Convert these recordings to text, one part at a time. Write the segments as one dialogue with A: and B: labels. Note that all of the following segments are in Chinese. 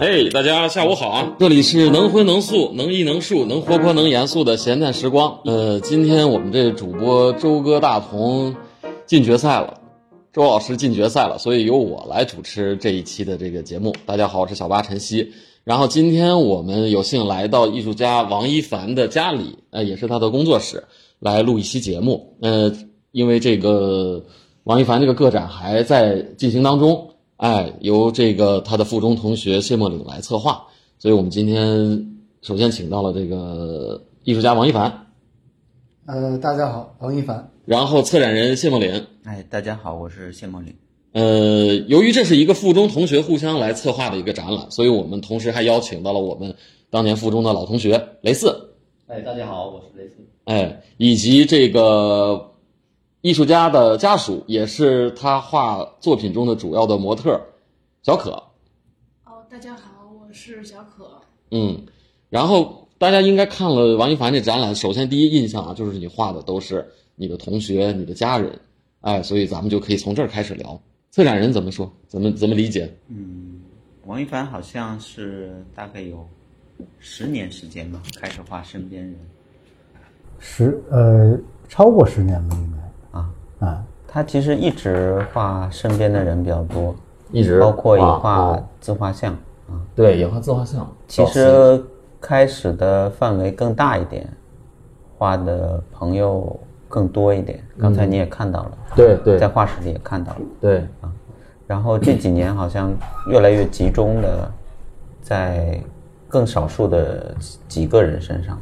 A: 嘿、大家下午好啊！这里是能荤能素、能艺能术、能活泼能严肃的闲谈时光。呃，今天我们这主播周哥大同进决赛了，周老师进决赛了，所以由我来主持这一期的这个节目。大家好，我是小八晨曦。然后今天我们有幸来到艺术家王一凡的家里，呃，也是他的工作室，来录一期节目。呃，因为这个王一凡这个个展还在进行当中，哎，由这个他的附中同学谢墨岭来策划，所以我们今天首先请到了这个艺术家王一凡，
B: 呃，大家好，王一凡。
A: 然后策展人谢墨岭。
C: 哎，大家好，我是谢梦岭。
A: 呃，由于这是一个附中同学互相来策划的一个展览，所以我们同时还邀请到了我们当年附中的老同学雷四，
C: 哎，大家好，我是雷斯。
A: 哎，以及这个艺术家的家属，也是他画作品中的主要的模特儿小可。
D: 哦，大家好，我是小可。
A: 嗯，然后大家应该看了王一凡这展览，首先第一印象啊，就是你画的都是你的同学、你的家人，哎，所以咱们就可以从这儿开始聊。策展人怎么说？怎么怎么理解？
C: 嗯，王一凡好像是大概有十年时间吧，开始画身边人
B: 十呃，超过十年了，应该
C: 啊。
B: 啊，
C: 他其实一直画身边的人比较多，
A: 一直
C: 包括也
A: 画
C: 画自画像啊。
A: 对，也画自画像。
C: 其实开始的范围更大一点，画的朋友更多一点。刚才你也看到了，
A: 对嗯对
C: 在画室里也看到了。
A: 对，
C: 然后这几年好像越来越集中的在更少数的几几个人身上。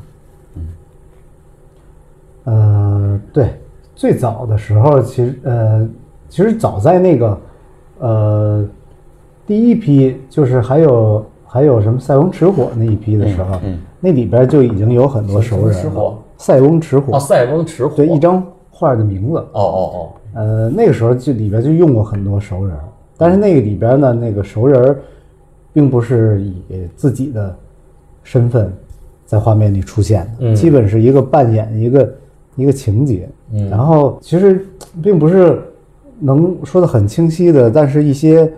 B: 呃，对，最早的时候，其实呃，其实早在那个呃第一批，就是还有还有什么塞翁迟火那一批的时候，
C: 嗯嗯
B: 那里边就已经有很多熟人
A: 塞翁迟火哦
B: 了。塞翁迟火，
A: 塞翁迟火
B: 对，一张画的名字。
A: 哦哦
B: 呃，那个时候就里边就用过很多熟人，但是那个里边呢，那个熟人儿并不是以自己的身份在画面里出现的，基本是一个扮演一个一个情节。然后其实并不是能说的很清晰的，但是一些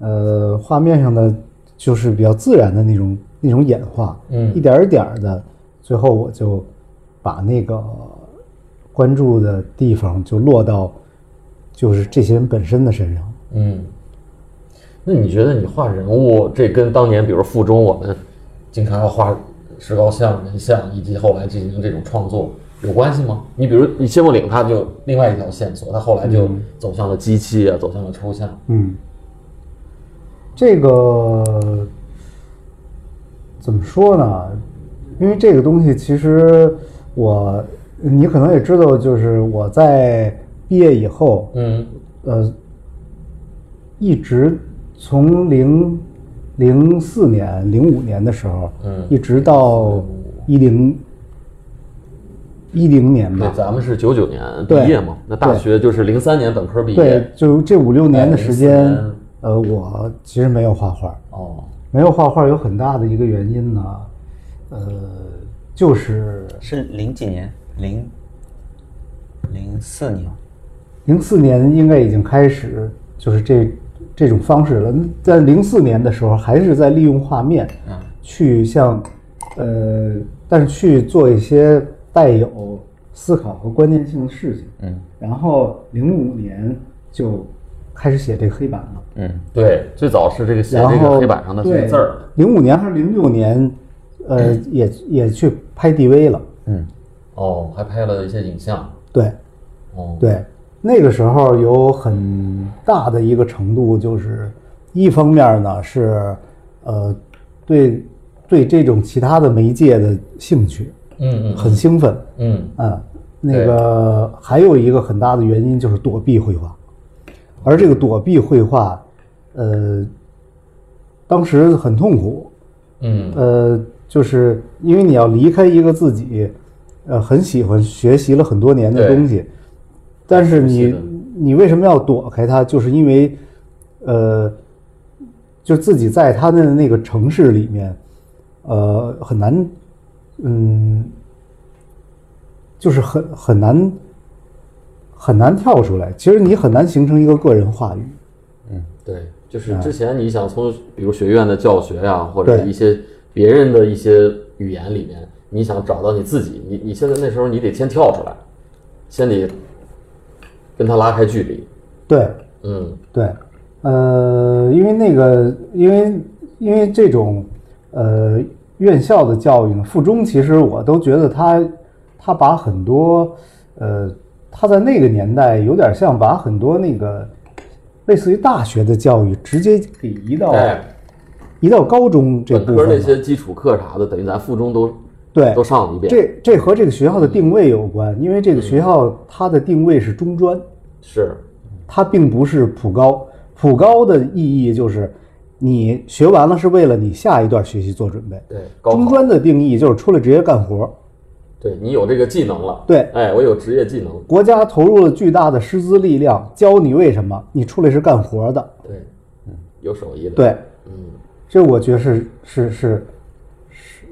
B: 呃画面上的就是比较自然的那种那种演化，嗯，一点儿一点儿的，最后我就把那个关注的地方就落到就是这些人本身的身上。
A: 嗯。那你觉得你画人物，这跟当年比如附中我们经常要画石膏像、人像，以及后来进行这种创作有关系吗？你比如你谢梦岭，他就另外一条线索，他后来就走向了机器啊，走向了抽象。
B: 嗯，这个怎么说呢？因为这个东西，其实我你可能也知道，就是我在毕业以后，
A: 嗯
B: 呃，一直从零零四年、零五年的时候，
A: 嗯
B: 一直到一零一零年吧
A: 对，，咱们是九九年毕
B: 对
A: 业嘛，那大
B: 对
A: 学就是零三年本科毕
B: 对
A: 业。，哎
B: 就这五六年的时间
A: 2004年，
B: 呃，我其实没有画画，
A: 哦，
B: 没有画画有很大的一个原因呢，呃，就是
C: 是零几年？零零四年？
B: 零四年应该已经开始就是这这种方式了，在零四年的时候还是在利用画面，
A: 嗯
B: 去像呃，但是去做一些带有思考和关键性的事情，
C: 嗯
B: 然后零五年就开始写这个黑板了。
C: 嗯
A: 对，最早是这个写
B: 然
A: 这
B: 后
A: 个黑板上的这个字儿。。嗯
B: 零五年还是零六年，呃，也也去拍 DV 了。
C: 嗯，
A: 哦，还拍了一些影像。
B: 对
A: 哦，
B: 对，那个时候有很大的一个程度，就是一方面呢是呃对对这种其他的媒介的兴趣
A: 嗯嗯
B: 很兴奋
A: 嗯，
B: 啊、那个还有一个很大的原因就是躲避绘画，而这个躲避绘画，呃，当时很痛苦。
A: 嗯，
B: 呃，就是因为你要离开一个自己，呃，很喜欢、学习了很多年的
A: 对
B: 东西，但是
A: 熟悉
B: 你
A: 的
B: 你为什么要躲开它？就是因为，呃，就自己在他的那个城市里面，呃，很难，嗯，就是很很难很难跳出来。其实你很难形成一个个人话语，
A: 对，就是之前你想从比如学院的教学呀、或者
B: 哎对
A: 一些别人的一些语言里面，你想找到你自己，你你现在那时候你得先跳出来，先得跟他拉开距离。
B: 对
A: 嗯
B: 对，呃，因为那个，因为因为这种呃院校的教育呢，附中其实我都觉得他他把很多呃他在那个年代有点像把很多那个类似于大学的教育直接给移到、
A: 哎，
B: 移到高中这
A: 本
B: 部
A: 科
B: 分
A: 那
B: 了。
A: 些基础课啥的，等于咱附中都
B: 对
A: 都，上了一遍。
B: 这这和这个学校的定位有关，因为这个学校它的定位是中专。
A: 是
B: 它并不是普高。普高的意义就是，你学完了是为了你下一段学习做准备。
A: 对高
B: 中
A: 考，
B: 专的定义就是出来直接干活。
A: 对你有这个技能了。
B: 对
A: 哎，我有职业技能。
B: 国家投入了巨大的师资力量，教你为什么你出来是干活的。
A: 对，嗯，有手艺的。，
B: 对，
A: 嗯，
B: 这我觉得是是是，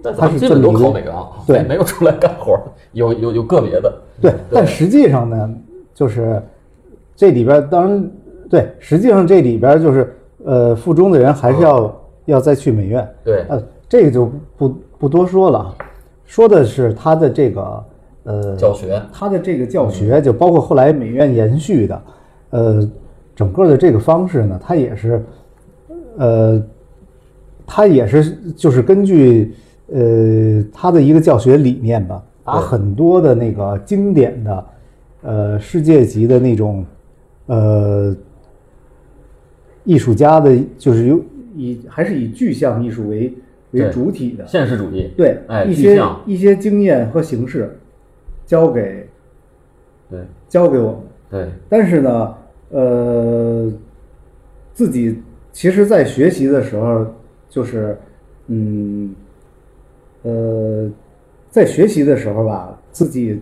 A: 但咱
B: 他
A: 们
B: 是
A: 基
B: 这
A: 本
B: 么
A: 都
B: 一个
A: 考美岗，
B: 对
A: 没没有出来干活儿，有有有个别的。
B: 对。但实际上呢，就是这里边当然对，实际上这里边就是呃，附中的人还是要、要再去美院。
A: 嗯对，
B: 呃，这个就不不多说了啊，说的是他的这个呃
A: 教学嗯
B: 他的这个教学，就包括后来美院延续的，呃，整个的这个方式呢，它也是，呃，它也是就是根据呃他的一个教学理念吧，把很多的那个经典的，呃，世界级的那种，呃，艺术家的，就是有以还是以具象艺术为为
A: 对
B: 主体的，
A: 现实主义。
B: 对，
A: 哎，
B: 一
A: 具
B: 些
A: 象。
B: 一些经验和形式交给
A: 对
B: 交给我们，
A: 对
B: 但是呢，呃，自己其实，在学习的时候，就是嗯，呃，在学习的时候吧，自己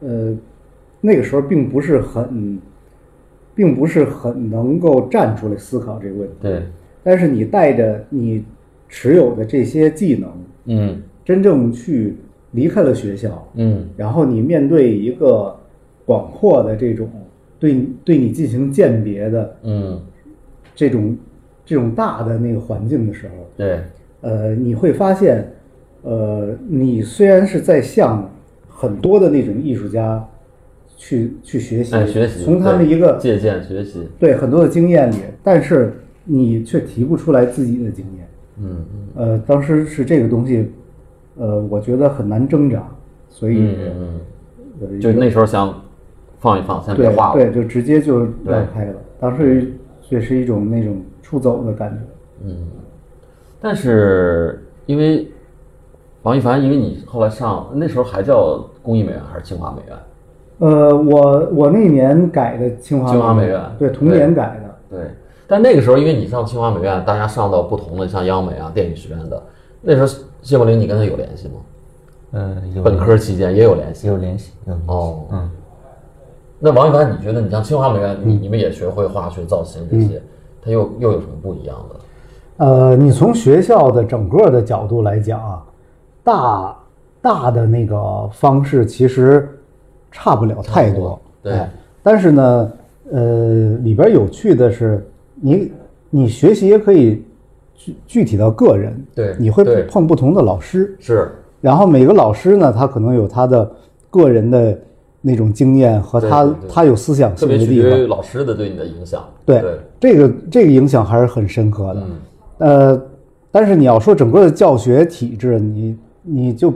B: 呃，那个时候并不是很，并不是很能够站出来思考这个问题，
A: 对，
B: 但是你带着你持有的这些技能，
A: 嗯
B: 真正去离开了学校，
A: 嗯
B: 然后你面对一个广阔的这种对你对你进行鉴别的
A: 嗯，
B: 这种这种大的那个环境的时候，
A: 对
B: 呃，你会发现，呃，你虽然是在向很多的那种艺术家去去学习，
A: 哎，学习
B: 从他们
A: 对
B: 一个
A: 借鉴学习。
B: 对很多的经验里，但是你却提不出来自己的经验。
A: 嗯嗯
B: 呃，当时是这个东西，呃，我觉得很难挣扎，所以、
A: 嗯
B: 呃
A: 嗯，就那时候想放一放，先别
B: 对
A: 画了。
B: 对，就直接就让开了。当时也是一种那种出走的感觉。
A: 但是因为王一凡，因为你后来上那时候还叫工艺美院还是清华美院？
B: 呃，我我那年改的清华
A: 清华美院
B: 对，同年改的，
A: 对，但那个时候因为你上清华美院，大家上到不同的像央美啊、电影学院的，那时候谢梦麟你跟他有联系吗？
C: 呃，有
A: 本科期间也有联系。
C: 有联系，有联系。
A: 哦
C: 嗯，
A: 那王一凡，你觉得你像清华美院，你
B: 嗯
A: 你们也学会化学、造型这些，它又又有什么不一样的？
B: 呃，你从学校的整个的角度来讲啊，大大的那个方式其实差不了太多。
A: 对
B: 哎但是呢，呃，里边有趣的是，你你学习也可以具具体到个人，
A: 对
B: 你会
A: 对
B: 碰不同的老师，
A: 是，
B: 然后每个老师呢，他可能有他的个人的那种经验和他
A: 对对对
B: 他有思想
A: 特
B: 性
A: 别
B: 的
A: 取
B: 嗯地方
A: 决于。老师的对你的影响。
B: 对
A: 对，嗯
B: 这个这个影响还是很深刻的。呃，但是你要说整个的教学体制，你你就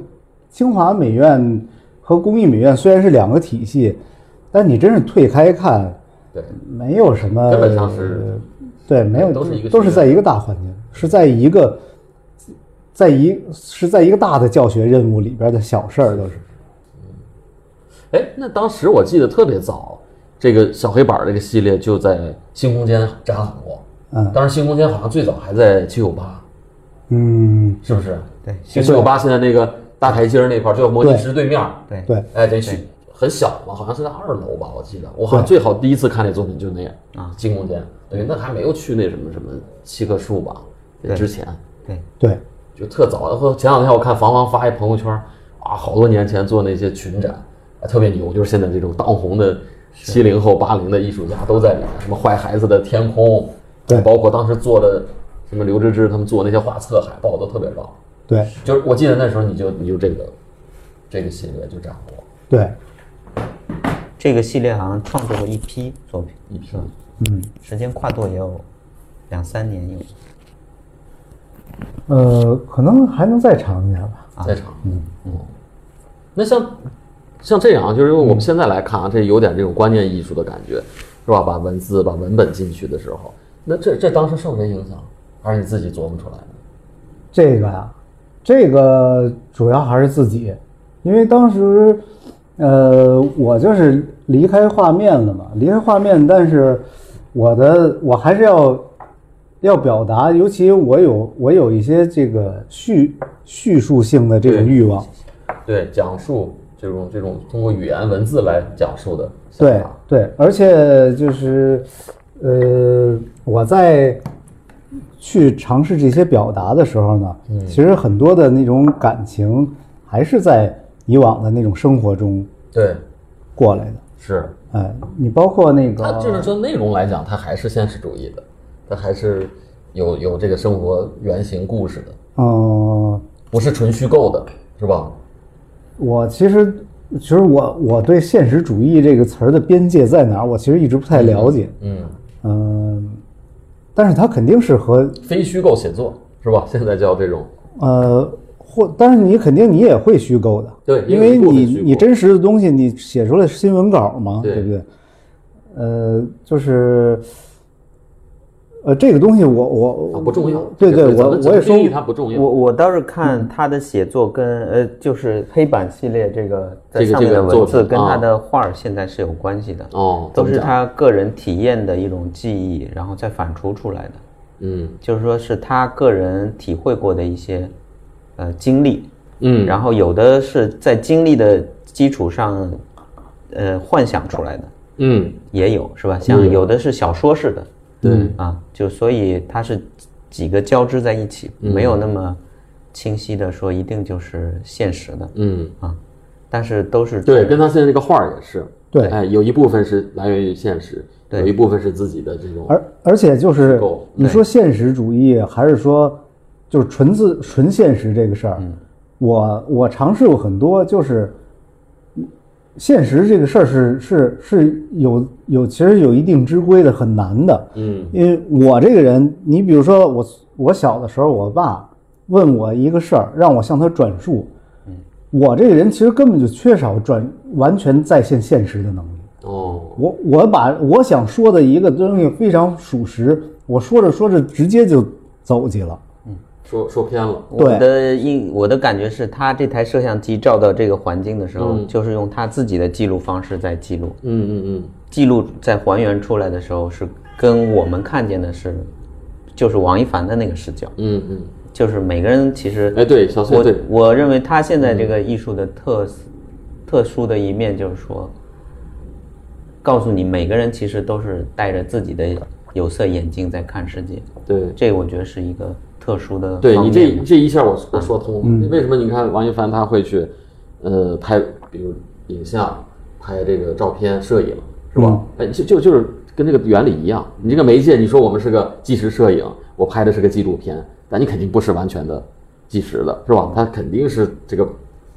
B: 清华美院和工艺美院虽然是两个体系，但你真是退开看，
A: 对，
B: 没有什么
A: 根本上是
B: 对，没有
A: 都是一个
B: 都是
A: 学院
B: 在一个大环境，是在一个在一是在一个大的教学任务里边的小事儿都是。呃
A: 哎，那当时我记得特别早，这个小黑板儿这个系列就在星空间展览过。
B: 嗯
A: 当时星空间好像最早还在七九八，
B: 嗯，
A: 是不是？
C: 对
A: 就七九八现在那个大台阶儿那块儿，就是魔镜石对面儿。
C: 对
B: 对，
A: 哎，得去很小嘛，好像是在二楼吧，我记得。我好像最好第一次看那作品就那样
C: 啊
A: 进空间，对，那还没有去那什么什么七棵树吧，那
C: 对
A: 之前
C: 对，
B: 对，
A: 就特早。然后前两天我看房房发一朋友圈，啊，好多年前做那些群展，啊特别牛，就是现在这种当红的七零后、八零的艺术家都在里面，什么坏孩子的天空。
B: 对
A: 包括当时做的什么刘志志他们做那些画册海报都特别棒，
B: 对
A: 就是我记得那时候你就你就这个这个系列就炸火
B: 对，
C: 这个系列好像创作过一批作品，
A: 一批，
B: 嗯
C: 时间跨度也有两三年有
B: 呃，可能还能再长一点吧。
C: 啊
A: 在。场。嗯那像像这样啊，就是因为我们现在来看啊，这有点这种观念艺术的感觉，是吧？把文字、把文本进去的时候，那这这当时受谁影响？还是你自己琢磨出来的？
B: 这个呀，这个主要还是自己，因为当时，呃，我就是离开画面了嘛，离开画面，但是我的我还是要要表达，尤其我有我有一些这个叙叙述性的这种欲望，
A: 对，讲述这种这种通过语言文字来讲述的想
B: 对
A: 法。
B: 对，而且就是，呃，我在去尝试这些表达的时候呢，其实很多的那种感情还是在以往的那种生活中
A: 对，
B: 过来的。
A: 是。
B: 哎，你包括那
A: 它就是
B: 个，
A: 说内容来讲，它还是现实主义的，它还是有有这个生活原型故事的，
B: 嗯、
A: 不是纯虚构的，是吧？
B: 我其实其实我我对现实主义这个词儿的边界在哪儿，我其实一直不太了解。
A: 嗯，
B: 嗯、但是它肯定是和
A: 非虚构写作是吧？ 现在叫这种，
B: 呃，或但是你肯定你也会虚构的，
A: 对
B: 因
A: 因为
B: 为
A: 你不能
B: 你
A: 虚构
B: 你真实的东西你写出来是新闻稿嘛，
A: 对
B: 对不对？呃，就是，呃，这个东西我我
A: 它
B: 我
A: 啊不重要。
B: 嗯对对，
A: 就是咱
B: 我
A: 们
B: 我也说
A: 定义它不重要
C: 我。我倒是看他的写作跟呃，就是黑板系列这个在
A: 这个
C: 上面
A: 这
C: 的
A: 个作
C: 文字
A: 品
C: 跟
A: 啊
C: 他的画儿现在是有关系的，
A: 哦，
C: 都
A: 怎
C: 是
A: 么讲，
C: 他个人体验的一种记忆，然后再反刍出来的，
A: 嗯
C: 就是说是他个人体会过的一些呃经历，
A: 嗯，
C: 然后有的是在经历的基础上，呃，幻想出来的
A: 嗯
C: 也有，是吧？像有的是小说式的，
A: 对
C: 啊，就所以它是几个交织在一起，
A: 嗯
C: 没有那么清晰的说一定就是现实的
A: 嗯，
C: 啊，但是都是
A: 对，跟他现在这个画儿也是，
B: 对
A: 哎，有一部分是来源于现实，
C: 对
A: 有一部分是自己的这种，
B: 而而且就是
A: 构
B: 你说现实主义，还是说就是纯自纯现实这个事儿，我我尝试过很多，就是嗯现实这个事儿是是是有有其实有一定之规的，很难的。
A: 嗯
B: 因为我这个人，你比如说我我小的时候，我爸问我一个事儿，让我向他转述，我这个人其实根本就缺少转完全再现现实的能力。
A: 哦，
B: 我我把我想说的一个东西非常属实，我说着说着直接就走去了。
A: 说说偏了，
C: 我
B: 对
C: 的印，我的感觉是，他这台摄像机照到这个环境的时候，
A: 嗯
C: 就是用他自己的记录方式在记录，
A: 嗯嗯嗯。
C: 记录在还原出来的时候是跟我们看见的是，就是王一凡的那个视角，
A: 嗯嗯，
C: 就是每个人其实，
A: 哎，对，小崔
C: 我
A: 对，
C: 我认为他现在这个艺术的特、特殊的一面就是说，告诉你每个人其实都是戴着自己的有色眼镜在看世界，
A: 对
C: 这我觉得是一个特殊的
A: 对，
C: 方
A: 你
C: 面
A: 这
C: 吧
A: 这一下我我说通了，为什么你看王一凡他会去，呃，拍比如影像、拍这个照片、摄影，是吧？哎，就就就是跟这个原理一样，你这个媒介，你说我们是个纪实摄影，我拍的是个纪录片，但你肯定不是完全的纪实的，是吧？它肯定是这个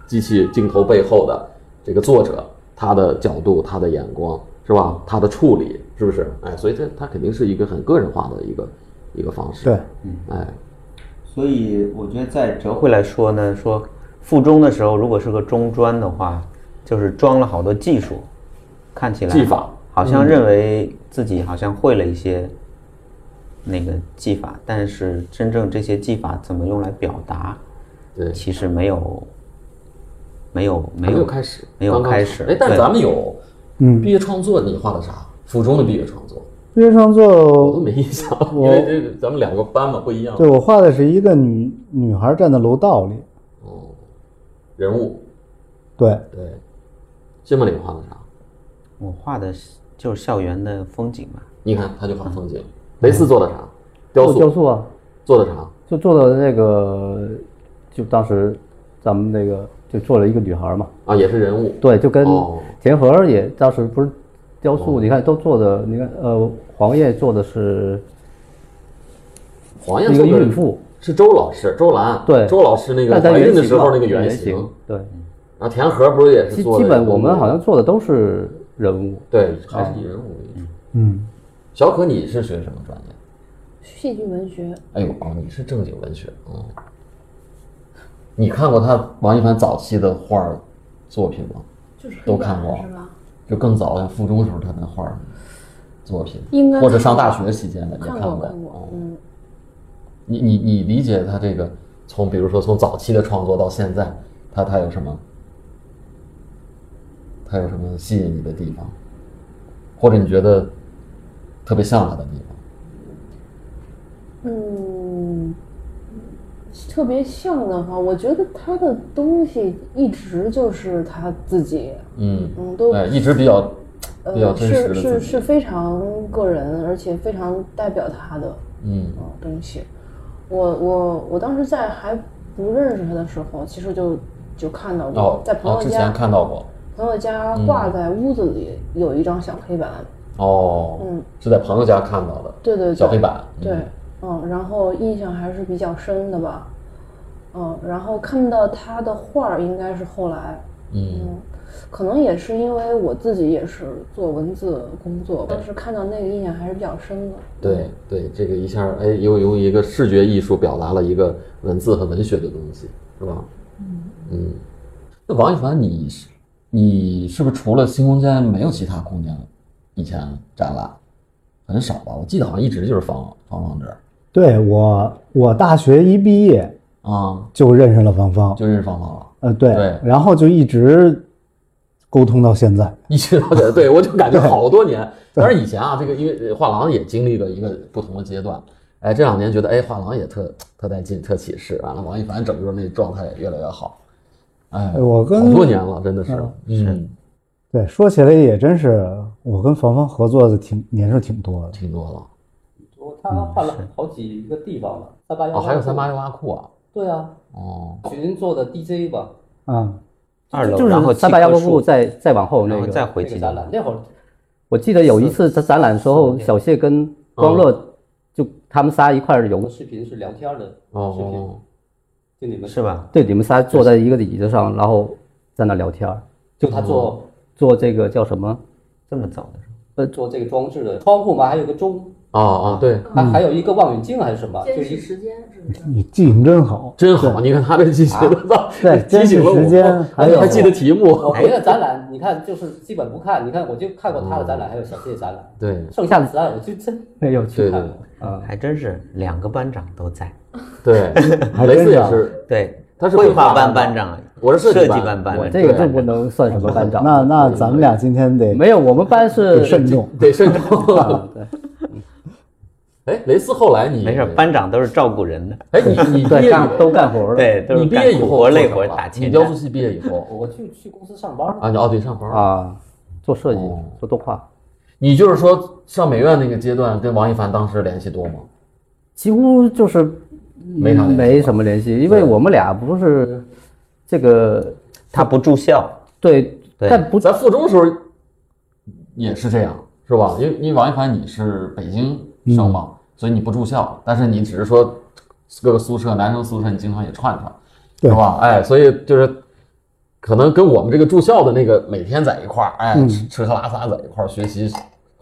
A: 机器镜头背后的这个作者他的角度、他的眼光，是吧？他的处理是不是？哎，所以这它肯定是一个很个人化的一个一个方式。
B: 对，
A: 哎，
C: 所以我觉得再折回来说呢，说附中的时候，如果是个中专的话，就是装了好多技术，看起来
A: 技法
C: 好像认为自己好像会了一些那个技
A: 嗯
C: 法，但是真正这些技法怎么用来表达，
A: 对。
C: 其实没有，没有，
A: 还
C: 没
A: 没
C: 有
A: 有开始，
C: 没有
A: 刚刚
C: 开始。
A: 哎，但是
C: 对
A: 咱们有
B: 嗯
A: 毕业创作，你画的啥？附中的毕业创作，
B: 毕业创
A: 我都
B: 作，
A: 没印 象，因为这咱们两个班嘛不一样。
B: 对我画的是一个女女孩站在楼道里，
A: 哦，人物
B: 对，
A: 对，金木岭画的啥？
C: 我画的是就是校园的风景吧，
A: 你看他就画风景。雷斯做的啥？雕
E: 嗯做雕
A: 塑
E: 塑啊，
A: 做的啥？
E: 就做的那个，就当时咱们那个就做了一个女孩嘛，
A: 啊，也是人物。
E: 对，就跟
A: 哦
E: 结合也当时不是雕塑，你看都做的，你看呃，黄叶做的是
A: 黄燕
E: 一个
A: 做
E: 孕
A: 的
E: 妇，
A: 是周老师，周兰，
E: 对
A: 周老师那个
E: 但在
A: 怀
E: 原
A: 孕
E: 型
A: 的时候
E: 嘛
A: 那个
E: 原
A: 原型，
E: 对，
A: 然后田禾不是也
E: 基
A: 是做的
E: 基
A: 这个
E: 本我们好像啊做的都是人物，
A: 对，还是以人物为主。
B: 嗯，
A: 小可，你是学什么专业？
F: 戏剧文学，
A: 哎呦，哦，你是正经文学，嗯。你看过他王一凡早期的画儿作品吗？
D: 就是很
A: 都看
D: 晚
A: 过
D: 是吧？
A: 就更早，像附中时候他的画儿作品，
F: 应该
A: 或者上大学期间的也
F: 看
A: 看
F: 过
A: 过。
F: 看过，嗯，
A: 你你你理解他这个从比如说从早期的创作到现在，他他有什么？他有什么吸引你的地方，或者你觉得特别像他的地方？
F: 嗯，特别像的话，我觉得他的东西一直就是他自己，
A: 嗯，
F: 嗯，都
A: 哎，一直比较比较
F: 呃
A: 真实
F: 是
A: 的
F: 是
A: 自
F: 是
A: 己。
F: 非常个人，而且非常代表他的
A: 嗯
F: 呃东西。我我我当时在还不认识他的时候，其实就就看到过
A: 哦，，
F: 在朋
A: 哦，
F: 友
A: 之
F: 家
A: 前看到嗯过。
F: 朋友家挂在屋子里有一张小黑板，
A: 哦，
F: 嗯，
A: 是在朋友家看到的
F: 对对对，
A: 小黑板。嗯
F: 对，嗯，然后印象还是比较深的吧，嗯，然后看到他的画儿应该是后来，
A: 嗯，
F: 可能也是因为我自己也是做文字工作，当时看到那个印象还是比较深的。
A: 对对，这个一下哎，又用一个视觉艺术表达了一个文字和文学的东西，是吧？嗯嗯。那王一凡，你是你是不是除了新空间没有其他空间以前展览？很少吧，我记得好像一直就是方方方这儿
B: 对我我大学一毕业
A: 啊、
B: 就认识了芳芳，
A: 就认识方方了，
B: 呃对
A: 对
B: 然后就一直沟通到现在，
A: 一直到现在，对我就感觉好多 年。但是以前啊，这个因为画廊也经历了一个不同的阶段，哎，这两年觉得哎，画廊也特特带劲，特起势。完了，王一凡整个那状态也越来越好，哎，
B: 我跟
A: 好多年了，真的是，嗯，
B: 对说起来也真是我跟芳芳合作的挺年数挺多的，
A: 挺多了。
E: 我哦他换了好几个地方了，
C: 嗯
E: 三八幺
A: 哦，还有三八，幺八库啊，
E: 对啊，
A: 哦，
E: 群做的 DJ 吧，
B: 啊，
C: 二楼，
E: 就
C: 嗯然后
E: 是三八幺八步再再往后那
C: 然
E: 个
C: 后再回
E: 那个
C: 去
E: 展览那会儿，我记得有一次在展览的时
C: 四
E: 候，
C: 天
E: 小谢跟
A: 嗯
E: 光乐就他们仨一块儿有个视频是聊天的视频，
A: 哦，
E: 就你们
C: 是吧？
E: 对你们仨坐在一个椅子上，然后在那聊天儿，就他做做这个叫什么？
C: 这么早的时
E: 呃，做这个装置的窗户嘛，还有个钟，
A: 哦哦，对，
E: 还还有一个望远镜还是什么？就
D: 监
E: 一
D: 视时间是不是？
B: 你记性真好，
A: 真好，你看他这记起的，
B: 啊 对
A: 提醒了我哎
B: 真是时间还有哦
A: 还记得题
E: 我
A: 目，哎
E: 别 的展览，你看就是基本不看，你看我就看过他的展览，还有小谢的展览，
A: 对
E: 哎剩下的展览我就真没有哎去看过
C: 候，
E: 啊。
C: 还真是两个班长都在。
A: 对，
B: 还
A: 雷
B: 真
A: 斯也
B: 是
A: 是，
C: 对，
A: 他是
C: 绘
A: 绘画
C: 画班
A: 班
C: 班长，
A: 我是设
C: 设
A: 计
C: 计
A: 班
C: 班班
E: 我
C: 长，
E: 这个这不能算什么班长，
B: 那那咱们俩今天得
E: 没有，我们班是
B: 慎重，
A: 得慎重。
E: 对
A: 哎，雷斯后来你
C: 没事，班长都是照顾人的，
A: 哎，你你毕业
E: 对
A: 以
E: 干都干活 了。，
C: 对，都
A: 你
C: 是
A: 毕业
C: 干
A: 以
C: 苦
A: 后
C: 活
A: 做
C: 累
A: 什么
C: 活
A: 了
C: 打
A: 你
C: 钱
A: 雕
C: 的
A: 塑。系毕业以 后
E: 我就去公司上班了
A: 啊，你哦对上班啊，
E: 啊，做设计
A: 哦，
E: 做动画，
A: 你就是说上美院那个阶段跟王一凡当时联系多吗？
E: 几乎就是没
A: 啥联系
E: 没什么联系，因为我们俩不是这个
C: 他不住校，
E: 对，
C: 对
E: 但不
A: 咱附中时候也是这样，是吧？因为因为王一凡你是北京生嘛，所以你不住校，但是你只是说各个宿舍男生宿舍你经常也串串，
B: 对
A: 是吧？哎，所以就是可能跟我们这个住校的那个每天在一块儿，哎，吃吃喝拉撒在一块儿，学习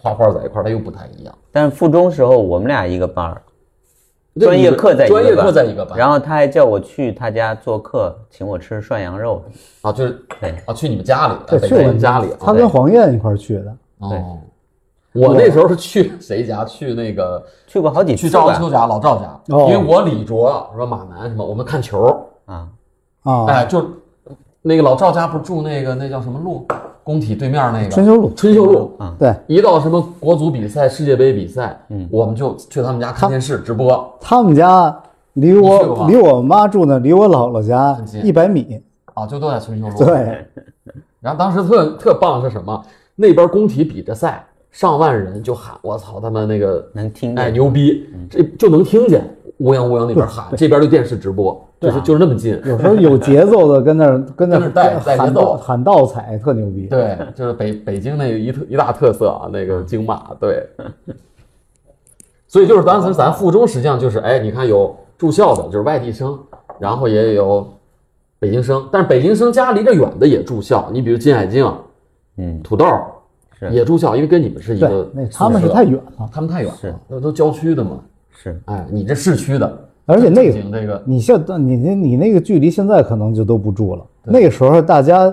A: 画画在一块儿，它又不太一样。
C: 但附中时候我们俩一个班儿，专业课在一个
A: 专业
C: 班
A: 课在一个班，
C: 然后他还叫我去他家做客，请我吃涮羊肉。
A: 啊，就是
C: 对
A: 啊，去你们家里，
B: 对
A: 啊北
B: 去
A: 京
B: 我们
A: 家里啊，
B: 他跟黄燕一块儿去的，
A: 哦，我那时候是去谁家？去那个
C: 去过好几
A: 去
C: 次
A: 赵
C: 吧
A: 文秋家，老赵家，因
B: 哦
A: 为我李卓说马楠什么，我们看球，
C: 啊，
B: 啊，
A: 哎，就那个老赵家不是住那个那叫什么路，工体对面那个
B: 春秋路嗯
A: 春秀路
C: 啊
B: 对
A: 一到什么国足比赛、世界杯比赛，
B: 嗯
A: 我们就去他们家看电视直播。
B: 他们家离
A: 你去过
B: 我
A: 吗
B: 离我妈住那离我姥姥家
A: 很近
B: 一百米，
A: 啊，就都在春秀路。
B: 对，
A: 然后当时特特棒是什么？那边工体比着赛，上万人就喊我操他们那个
C: 能
B: 嗯
C: 听
A: 哎
C: 见。
A: 牛逼，这就能听见乌泱乌泱那边喊，这边就电视直播，就是就是那么近。
B: 啊有时候有节奏的跟那儿跟那
A: 跟那儿带
B: 儿
A: 带节
B: 喊
A: 奏
B: 道喊道彩特牛逼，
A: 对，
C: 嗯
A: 就是北北京那一特一大特色啊，那个京马对。所以就是当时咱附中实际上就是，哎，你看有住校的，就是外地生，然后也有北京生，但是北京生家离着远的也住校，你比如金海静、
C: 嗯，
A: 土豆
C: 是
A: 也住校，因为跟你们是一
B: 对
A: 个，
B: 那他们是
A: 宿舍
B: 太远了，
A: 他们太远
C: 是
A: 了，那都郊区的嘛，
C: 是
A: 哎，你这市区的，
B: 而且那个
A: 正经这个
B: 你现在你那你那个距离现在可能就都不住了。那个时候大家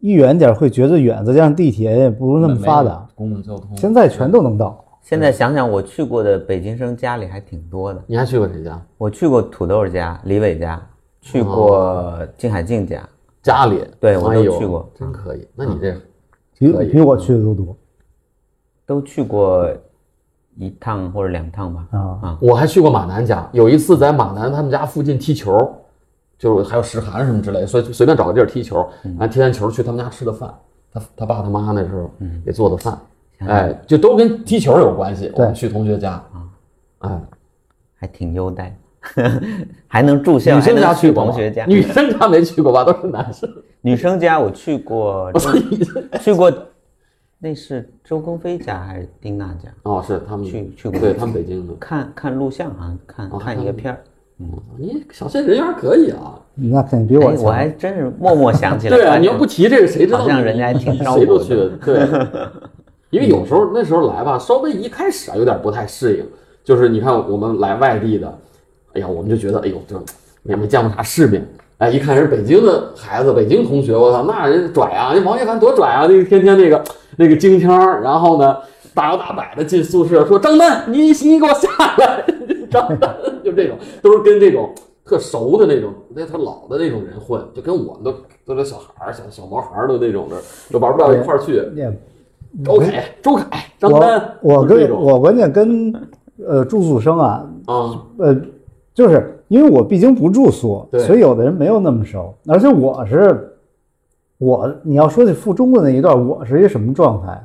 B: 一远点会觉得远，再加上地铁也不是那么发达，，
A: 公共交通。
B: 现在全都能到。
C: 现在想想，我去过的北京生家里还挺多的。
A: 你还去过谁家？
C: 我去过土豆家、李伟家，去
A: 哦
C: 过金海静家，
A: 家里
C: 对我
A: 哎
C: 都
A: 呦
C: 去过嗯
A: 真可以。那你这
B: 比
A: 可以
B: 比我去的都多
C: 都去过一趟或者两趟吧。
B: 啊！
A: 我还去过马南家，有一次在马南他们家附近踢球，就是还有石涵什么之类的，所以就随便找个地儿踢球，
C: 嗯
A: 然后踢完球去他们家吃的饭，他他爸他妈那时候
C: 嗯
A: 给做的饭，哎，就都跟踢球有关系。我们去同学家，
C: 嗯
A: 哎，
C: 还挺优待， 还能住校，
A: 女
C: 还
A: 生家
C: 能
A: 去过吗
C: 同学家。
A: 女生家没去过吧？都是男生。
C: 女生家 我去过，
A: 哦
C: 去过，那是周鹏飞家还是丁娜家？
A: 哦，是他们
C: 去去过
A: 对他们北京的。
C: 看看录像，好像看
A: 哦
C: 看一个片儿。
A: 你小县人缘可以啊。
B: 那肯定比
C: 哎
B: 我
C: 我
B: 强。
C: 还真是默默想起 来。
A: 对啊，
C: 发
A: 你要
C: 现
A: 不提这个，谁知道
C: 好像
A: 你
C: 人家还挺照顾
A: 谁都
C: 的
A: 去的， 对。因为有时候那时候来吧，稍微一开始啊有点不太适应，就是你看我们来外地的，哎呀，我们就觉得哎呦这也没见过啥世面，哎，一看人北京的孩子，北京同学，我操，那人拽啊，那王一凡多拽啊，那个天天那个那个京腔儿，然后呢大摇大摆的进宿舍说张丹，你你给我下来，张丹就这种，都是跟这种特熟的那种，那他老的那种人混，就跟我们都都是小孩儿、小小毛孩儿的那种的，都玩不到一块儿去。
B: 也
A: 周凯、周凯、张
B: 我
A: 丹，
B: 我
A: 就是这
B: 跟
A: 种
B: 我关键跟呃住宿生啊，
A: 啊，
B: 呃，就是因为我毕竟不住宿
A: 对，
B: 所以有的人没有那么熟。而且我是我，你要说起附中的那一段，我是一个什么状态？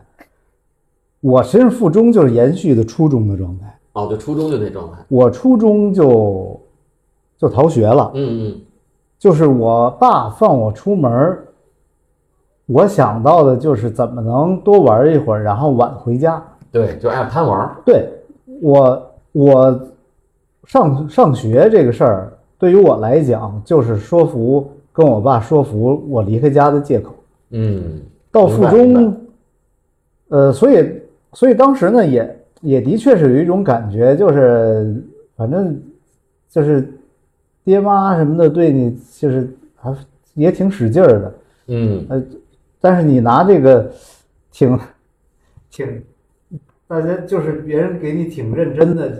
B: 我其实附中就是延续的初中的状态。
A: 哦，就初中就那状态。
B: 我初中就就逃学了，
A: 嗯嗯，
B: 就是我爸放我出门儿，我想到的就是怎么能多玩一会儿，然后晚回家。
A: 对，就爱贪玩儿。
B: 对我，我上上学这个事儿，对于我来讲，就是说服跟我爸说服我离开家的借口。
A: 嗯，
B: 到附
A: 明白明
B: 中，呃，所以所以当时呢，也也的确是有一种感觉，就是反正就是爹妈什么的对你就是还也挺使劲儿的，
A: 嗯，
B: 但是你拿这个挺挺，大家就是别人给你挺认真的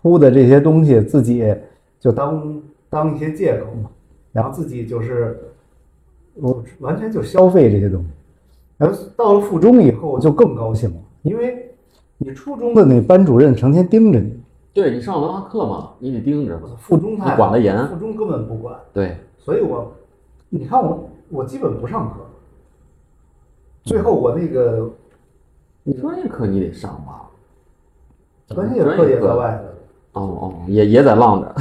B: 铺的这些东西，自己就当当一些借口嘛，然后自己就是我完全就消费这些东西。然后到了附中以后，我就更高兴了，因为你初中的那班主任成天盯着你，
A: 对你上文化课嘛，你得盯着嘛。
B: 附中太
A: 管得严啊
B: 附中根本不管，
A: 对，
B: 所以我，你看我，我基本不上课。最后我那个
A: 你专业课你得上吧？
B: 专业课也在外头。
A: 哦哦，也也在浪着，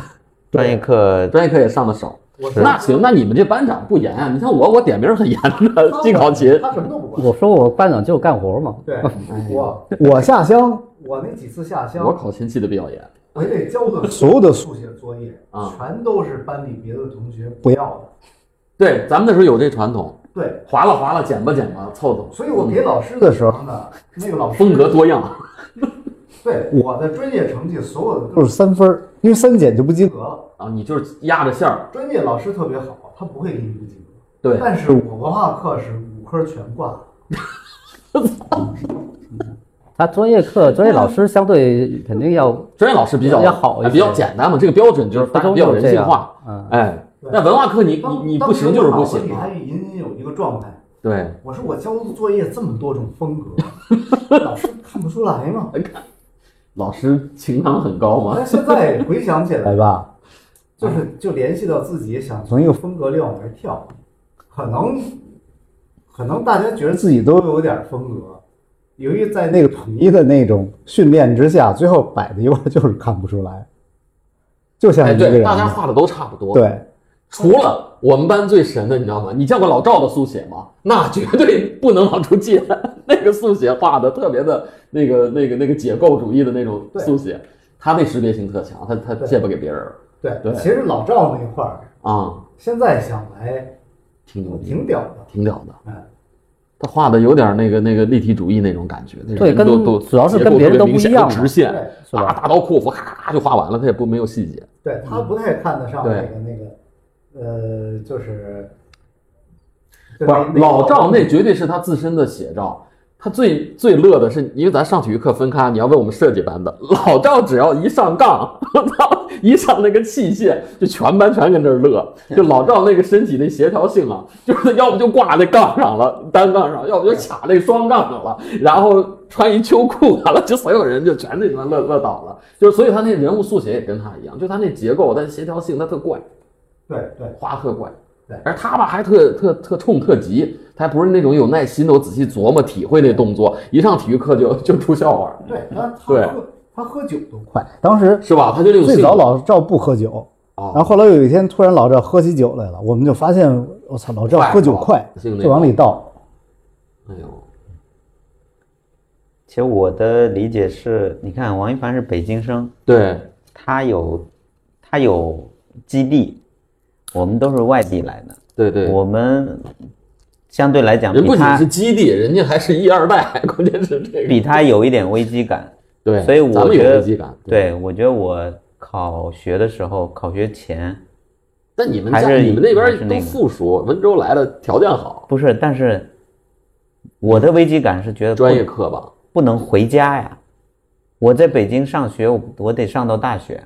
C: 专业课
A: 专业课也上的少。
B: 我是
A: 那行，那你们这班长不严啊？你像我，我点名很严 的，记考勤。
B: 他什么都不管。
E: 我说我班长就干活嘛，
A: 哎
B: 对，我 我下乡，我那几次下乡，
A: 我考勤记得比较严。
B: 我得交的 所有的数学作业
A: 啊
B: 全都是班里别的同学不要的。
A: 对，咱们那时候有这传统，
B: 对，
A: 划拉划拉，捡吧捡吧，凑凑，
B: 所以我给老师的时候呢，那个老师
A: 嗯风格多样。
B: 对我的专业成绩所有的都是三分儿，因为三减就不及格了。
A: 啊，你就是压着线儿，
B: 专业老师特别好，他不会给你不及格。
A: 对
B: 但是我文化课是五科全挂，
E: 他专业课专业老师相对肯定要
A: 专业老师比较
E: 要好一
A: 哎
E: 些
A: 比较简单嘛，这个标准就是大家
E: 初中
A: 比较
E: 就
A: 人
E: 这
A: 性
E: 样
A: 化。，
E: 嗯，
A: 哎，
B: 对
A: 那文化课你你你不行就是不行
B: 你
A: 嘛
B: 还。隐隐有一个状态，
A: 对，
B: 我说我交作业这么多种风格，老师看不出来吗？
A: 老师情商很高嘛。
B: 但现在回想起来吧，就是就联系到自己想从一个风格里往外跳，可能可能大家觉得自己都有点风格，由于在那个统一的那种训练之下，最后摆在一块儿就是 看不出来，就像
A: 哎，
B: 一个人
A: 对，
B: 一
A: 大家
E: 啊
B: 样。
A: 画的都差不多。，
B: 对，
A: 除 了我们班最神的，你知道吗？你见过老赵的速写吗？那绝对不能往出借。那个速写画的特别的那个那个那个解构主义的那种速写，他那识别性特强，他他借不给别人儿
B: 对
A: 对
B: 其实老赵那块儿，
A: 啊，
B: 现在想来
A: 挺牛逼，
B: 挺屌的，
A: 挺屌的。
E: 嗯
B: 哎，
A: 他画的有点那个那个立体主义那种感觉，那
E: 对
A: 人都
E: 跟
A: 都
E: 主要是
A: 结
E: 跟
A: 构
E: 别人
A: 特别
E: 都
A: 明
E: 不
A: 显
E: 一样嘛
A: 直线啊
B: 对，
E: 是吧
A: 大大刀阔斧，咔咔咔就画完了，他也不没有细节。
B: 对他不太看得上那
A: 嗯对
B: 个那个，呃，就是，就
A: 不
B: 那
A: 是老赵那绝对是他自身的写照。他最最乐的是，因为咱上体育课分开，你要问我们设计班的， 老赵只要一上杠， 我操，一上那个器械，就全班全跟这儿乐。就老赵那个身体那协调性啊，就是要不就挂在杠上了，单杠上，要不就卡那双杠上了，然后穿一秋裤完了，就所有人就全那什么乐乐倒了。就是所以他那人物速写也跟他一样，就他那结构，但协调性他特怪。
B: 对对
A: 花特怪
B: 对。
A: 而他吧还特特特冲特急，他还不是那种有耐心的，我仔细琢磨体会那动作，一上体育课就就出笑话，
B: 对，他他
A: 对
B: 喝他喝酒都快，当时
A: 是吧？他就那种
B: 最
A: 性
B: 早
A: 格
B: 老赵不喝酒，
A: 哦
B: 然后后来有一天突然老赵喝起酒来了，我们就发现我操老赵喝酒快
A: 快性，那
B: 就往里倒。
A: 哎呦，
C: 其实我的理解是，你看王一凡是北京生，
A: 对，
C: 他有他有基地，我们都是外地来的，
A: 对对，
C: 我们相对来讲
A: 人
C: 比
A: 不仅
C: 他
A: 是基地，人家还是一二代， 关键是这个。
C: 比他有一点危机感，
A: 对，
C: 所以我
A: 咱们有
C: 觉得
A: 危机感。，
C: 对我觉得我考学的时候，考学前
A: 但你们
C: 还
A: 家
C: 是
A: 你们那
C: 还是
A: 边
C: 那
A: 都
C: 个
A: 附属，温州来的条件好，
C: 不是，但是我的危机感是觉得不
A: 专业课吧？
C: 不能回家呀。我在北京上学，我我得上到大学。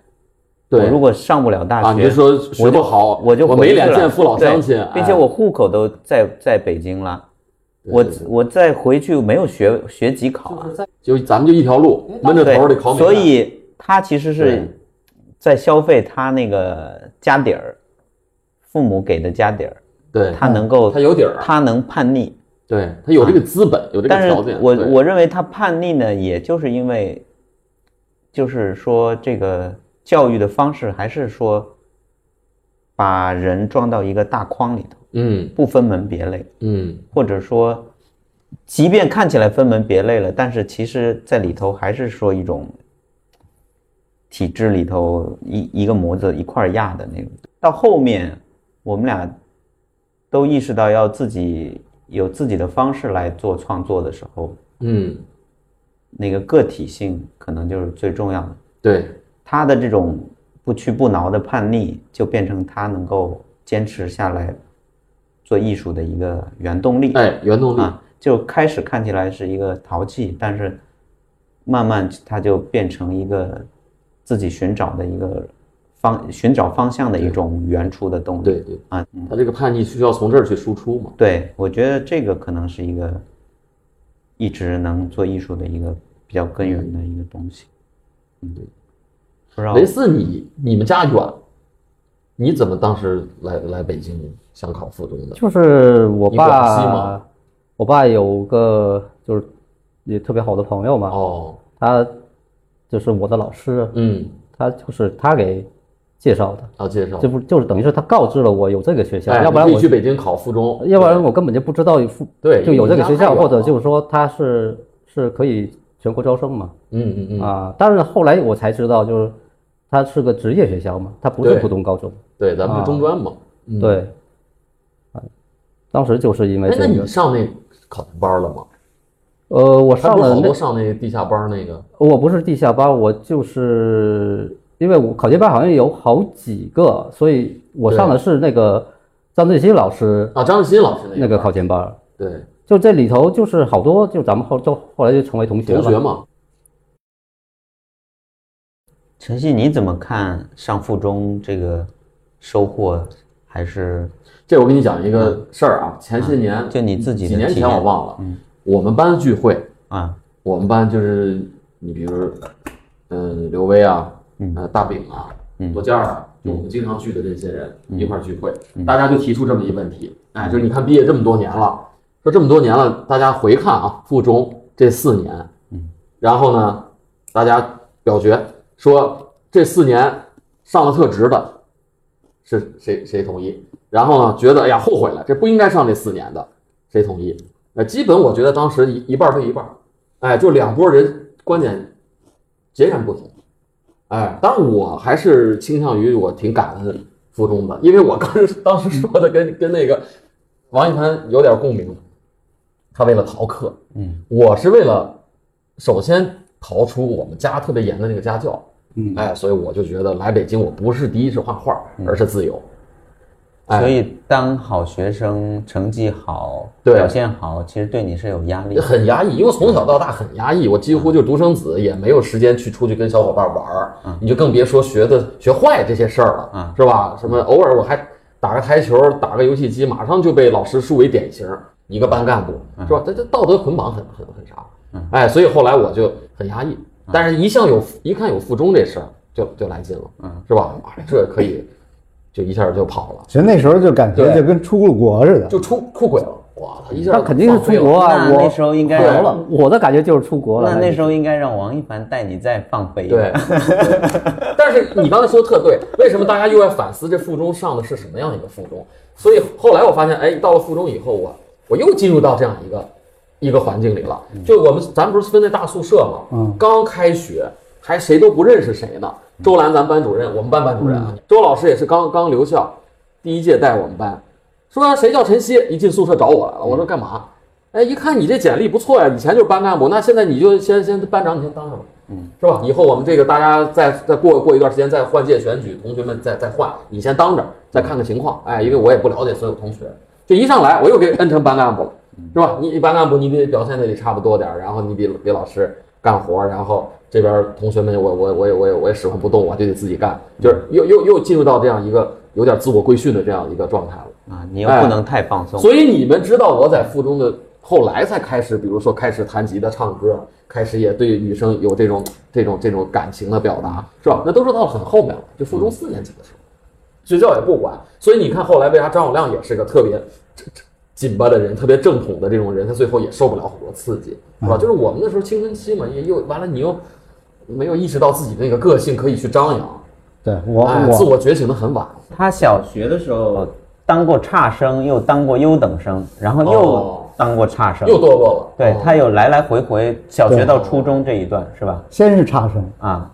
A: 对
C: 我如果上不了大学，
A: 啊，你就说学不好，
C: 我就
A: 我
C: 回
A: 没
C: 去
A: 脸
C: 了
A: 见父老乡亲
C: 对，
A: 哎
C: 并且我户口都在在北京了，
A: 对
C: 我
A: 对对
C: 我再回去没有学学籍考啊，
A: 就咱们就一条路，闷着
C: 对
A: 头儿得考，美
C: 所
A: 院
C: 以他其实是
A: 对
C: 在消费他那个家底儿，父母给的家底儿，
A: 对
C: 他能够
A: 哦他有底儿，啊
C: 他能叛逆，
A: 对他有这
E: 啊
A: 个资本，有这个
C: 但是
A: 条件。
C: 我
A: 对
C: 我认为他叛逆呢，也就是因为，就是说这个教育的方式还是说，把人装到一个大框里头，
A: 嗯
C: 不分门别类，
A: 嗯
C: 或者说，即便看起来分门别类了，但是其实在里头还是说一种体制里头一一个模子一块儿压的那种。到后面我们俩都意识到要自己有自己的方式来做创作的时候，
A: 嗯，
C: 那个个体性可能就是最重要的。
A: 对
C: 他的这种不屈不挠的叛逆，就变成他能够坚持下来做艺术的一个原动力。
A: 哎，原动力
C: 啊，就开始看起来是一个淘气，但是慢慢它就变成一个自己寻找的一个方寻找方向的一种原初的动力。
A: 对对
C: 啊，
E: 嗯
A: 他这个叛逆需要从这儿去输出嘛？
C: 对，我觉得这个可能是一个一直能做艺术的一个比较根源的一个东西。嗯，不知道
A: 雷四你，你们家远，你怎么当时来来北京想考附中的？
E: 就是我
A: 你广西吗
E: 爸，我爸有个就是也特别好的朋友嘛，
A: 哦，
E: 他就是我的老师，
A: 嗯，
E: 他就是他给介绍的，
A: 要介绍
E: 这，不就是等于是他告知了我有这个学校，
A: 哦哎，
E: 要不然
A: 你可
E: 我
A: 以去北京考附中，
E: 要不然我根本就不知道有附
A: 对
E: 就有这个学
A: 你
E: 校，
A: 家太远了
E: 或者就是说他是是可以全国招生嘛
A: 嗯嗯嗯，
E: 啊，但是后来我才知道，就是他是个职业学校嘛，他不是
A: 对
E: 普通高中，
A: 对，咱们是
E: 啊
A: 中专嘛。嗯，
E: 对，啊，啊当时就是因为
A: 哎，那
E: 这
A: 你
E: 个，
A: 上那考前班了吗？
E: 呃，我
A: 他
E: 上
A: 不是
E: 了
A: 好
E: 那
A: 多上那地下班那个，
E: 我不是地下班，我就是因为我考前班好像有好几个，所以我上的是那个张振兴老师
A: 啊，张志新老师个
E: 那个
A: 班
E: 考前班。
A: 对
E: 就这里头就是好多，就咱们后就后来就成为同学
A: 同
E: 了。
A: 学嘛，
C: 晨曦你怎么看上附中这个收获？还是
A: 这我跟你讲一个事儿啊，前些年
C: 嗯就你自己的
A: 几年
C: 体
A: 前
C: 验
A: 我忘了，
C: 嗯
A: 我们班聚会，
C: 啊？
A: 我们班就是你比如，嗯、刘威啊，呃，大饼啊，罗健儿啊，就我们经常聚的这些人、一块儿聚会，大家就提出这么一问题，哎，就是你看毕业这么多年了，说这么多年了，大家回看啊，附中这四年，然后呢，大家表决说这四年上了特职的，是谁谁同意？然后呢，觉得哎呀后悔了，这不应该上这四年的，谁同意？呃，基本我觉得当时一一半儿对一半儿，哎，就两拨人观点截然不同，哎，但我还是倾向于我挺感恩附中的，因为我 当时当时说的跟跟那个王一凡有点共鸣，他为了逃课，
C: 嗯，
A: 我是为了首先逃出我们家特别严的那个家教，
B: 嗯
A: 哎，所以我就觉得来北京我不是第一是画画，而是自由，哎
C: 嗯所以当好学生成绩好，
A: 对
C: 表现好，其实对你是有压力的。
A: 很压抑，因为从小到大很压抑，我几乎就独生子，也没有时间去出去跟小伙伴玩儿，你就更别说学的学坏这些事儿了，
C: 嗯
A: 是吧？什么偶尔我还打个台球，打个游戏机，马上就被老师树为典型一个班干部，是吧？这这道德捆绑很很很啥，哎，所以后来我就很压抑，但是一向有一看有附中这事儿，就就来劲了，是吧？啊这可以就一下就跑了，
B: 其实那时候就感觉
A: 对
B: 就跟出了国似的，
A: 就出出轨了，哇，他一下
E: 那肯定是
A: 放飞
E: 出
A: 了
E: 国啊！
C: 那
E: 我
C: 那时候应该
A: 对
C: 让
A: 了
E: 我的感觉就是出国了。
C: 那那时候应该让王一凡带你再放飞一
A: 对
C: 点。，
A: 但是你刚才说的特对，为什么大家又要反思这附中上的是什么样一个附中？所以后来我发现，哎，到了附中以后，我我又进入到这样一个一个环境里了。就我们咱不是分那大宿舍吗？
B: 嗯
A: 刚开学还谁都不认识谁呢。周兰，咱班主任，我们班班主任啊，周老师也是刚刚留校，第一届带我们班，说谁叫晨曦，一进宿舍找我来了。我说干嘛？哎，一看你这简历不错呀，以前就是班干部，那现在你就先先班长，你先当上吧。是吧？以后我们这个大家再再过过一段时间再换届选举，同学们再再换，你先当着，再看看情况。哎，因为我也不了解所有同学，就一上来我又给摁成班干部了，是吧？你你班干部你得表现的得差不多点儿，然后你得给老师干活，然后这边同学们我我我也我也我也使唤不动，我啊就得自己干，就是又又又进入到这样一个有点自我规训的这样一个状态了。
C: 啊，你又不能太放松。
A: 所以你们知道我在附中的后来才开始，比如说开始弹吉他、唱歌，开始也对女生有这种这种这种感情的表达，是吧？那都是到很后面了，就附中四年级的时候，学校也不管。所以你看后来为啥张友谅也是个特别这这紧巴的人，特别正统的这种人，他最后也受不了很多刺激，是吧？就是我们那时候青春期嘛，也又完了，你又没有意识到自己那个个性可以去张扬，
B: 对我
A: 哎，自
B: 我
A: 我觉醒的很晚。
C: 他小学的时候当过差生，又当过优等生，然后
A: 哦
C: 又当过差生，
A: 又堕落了，
C: 对
A: 哦
C: 他有来来回回，小学到初中这一段是吧？
B: 先是差生，
C: 啊，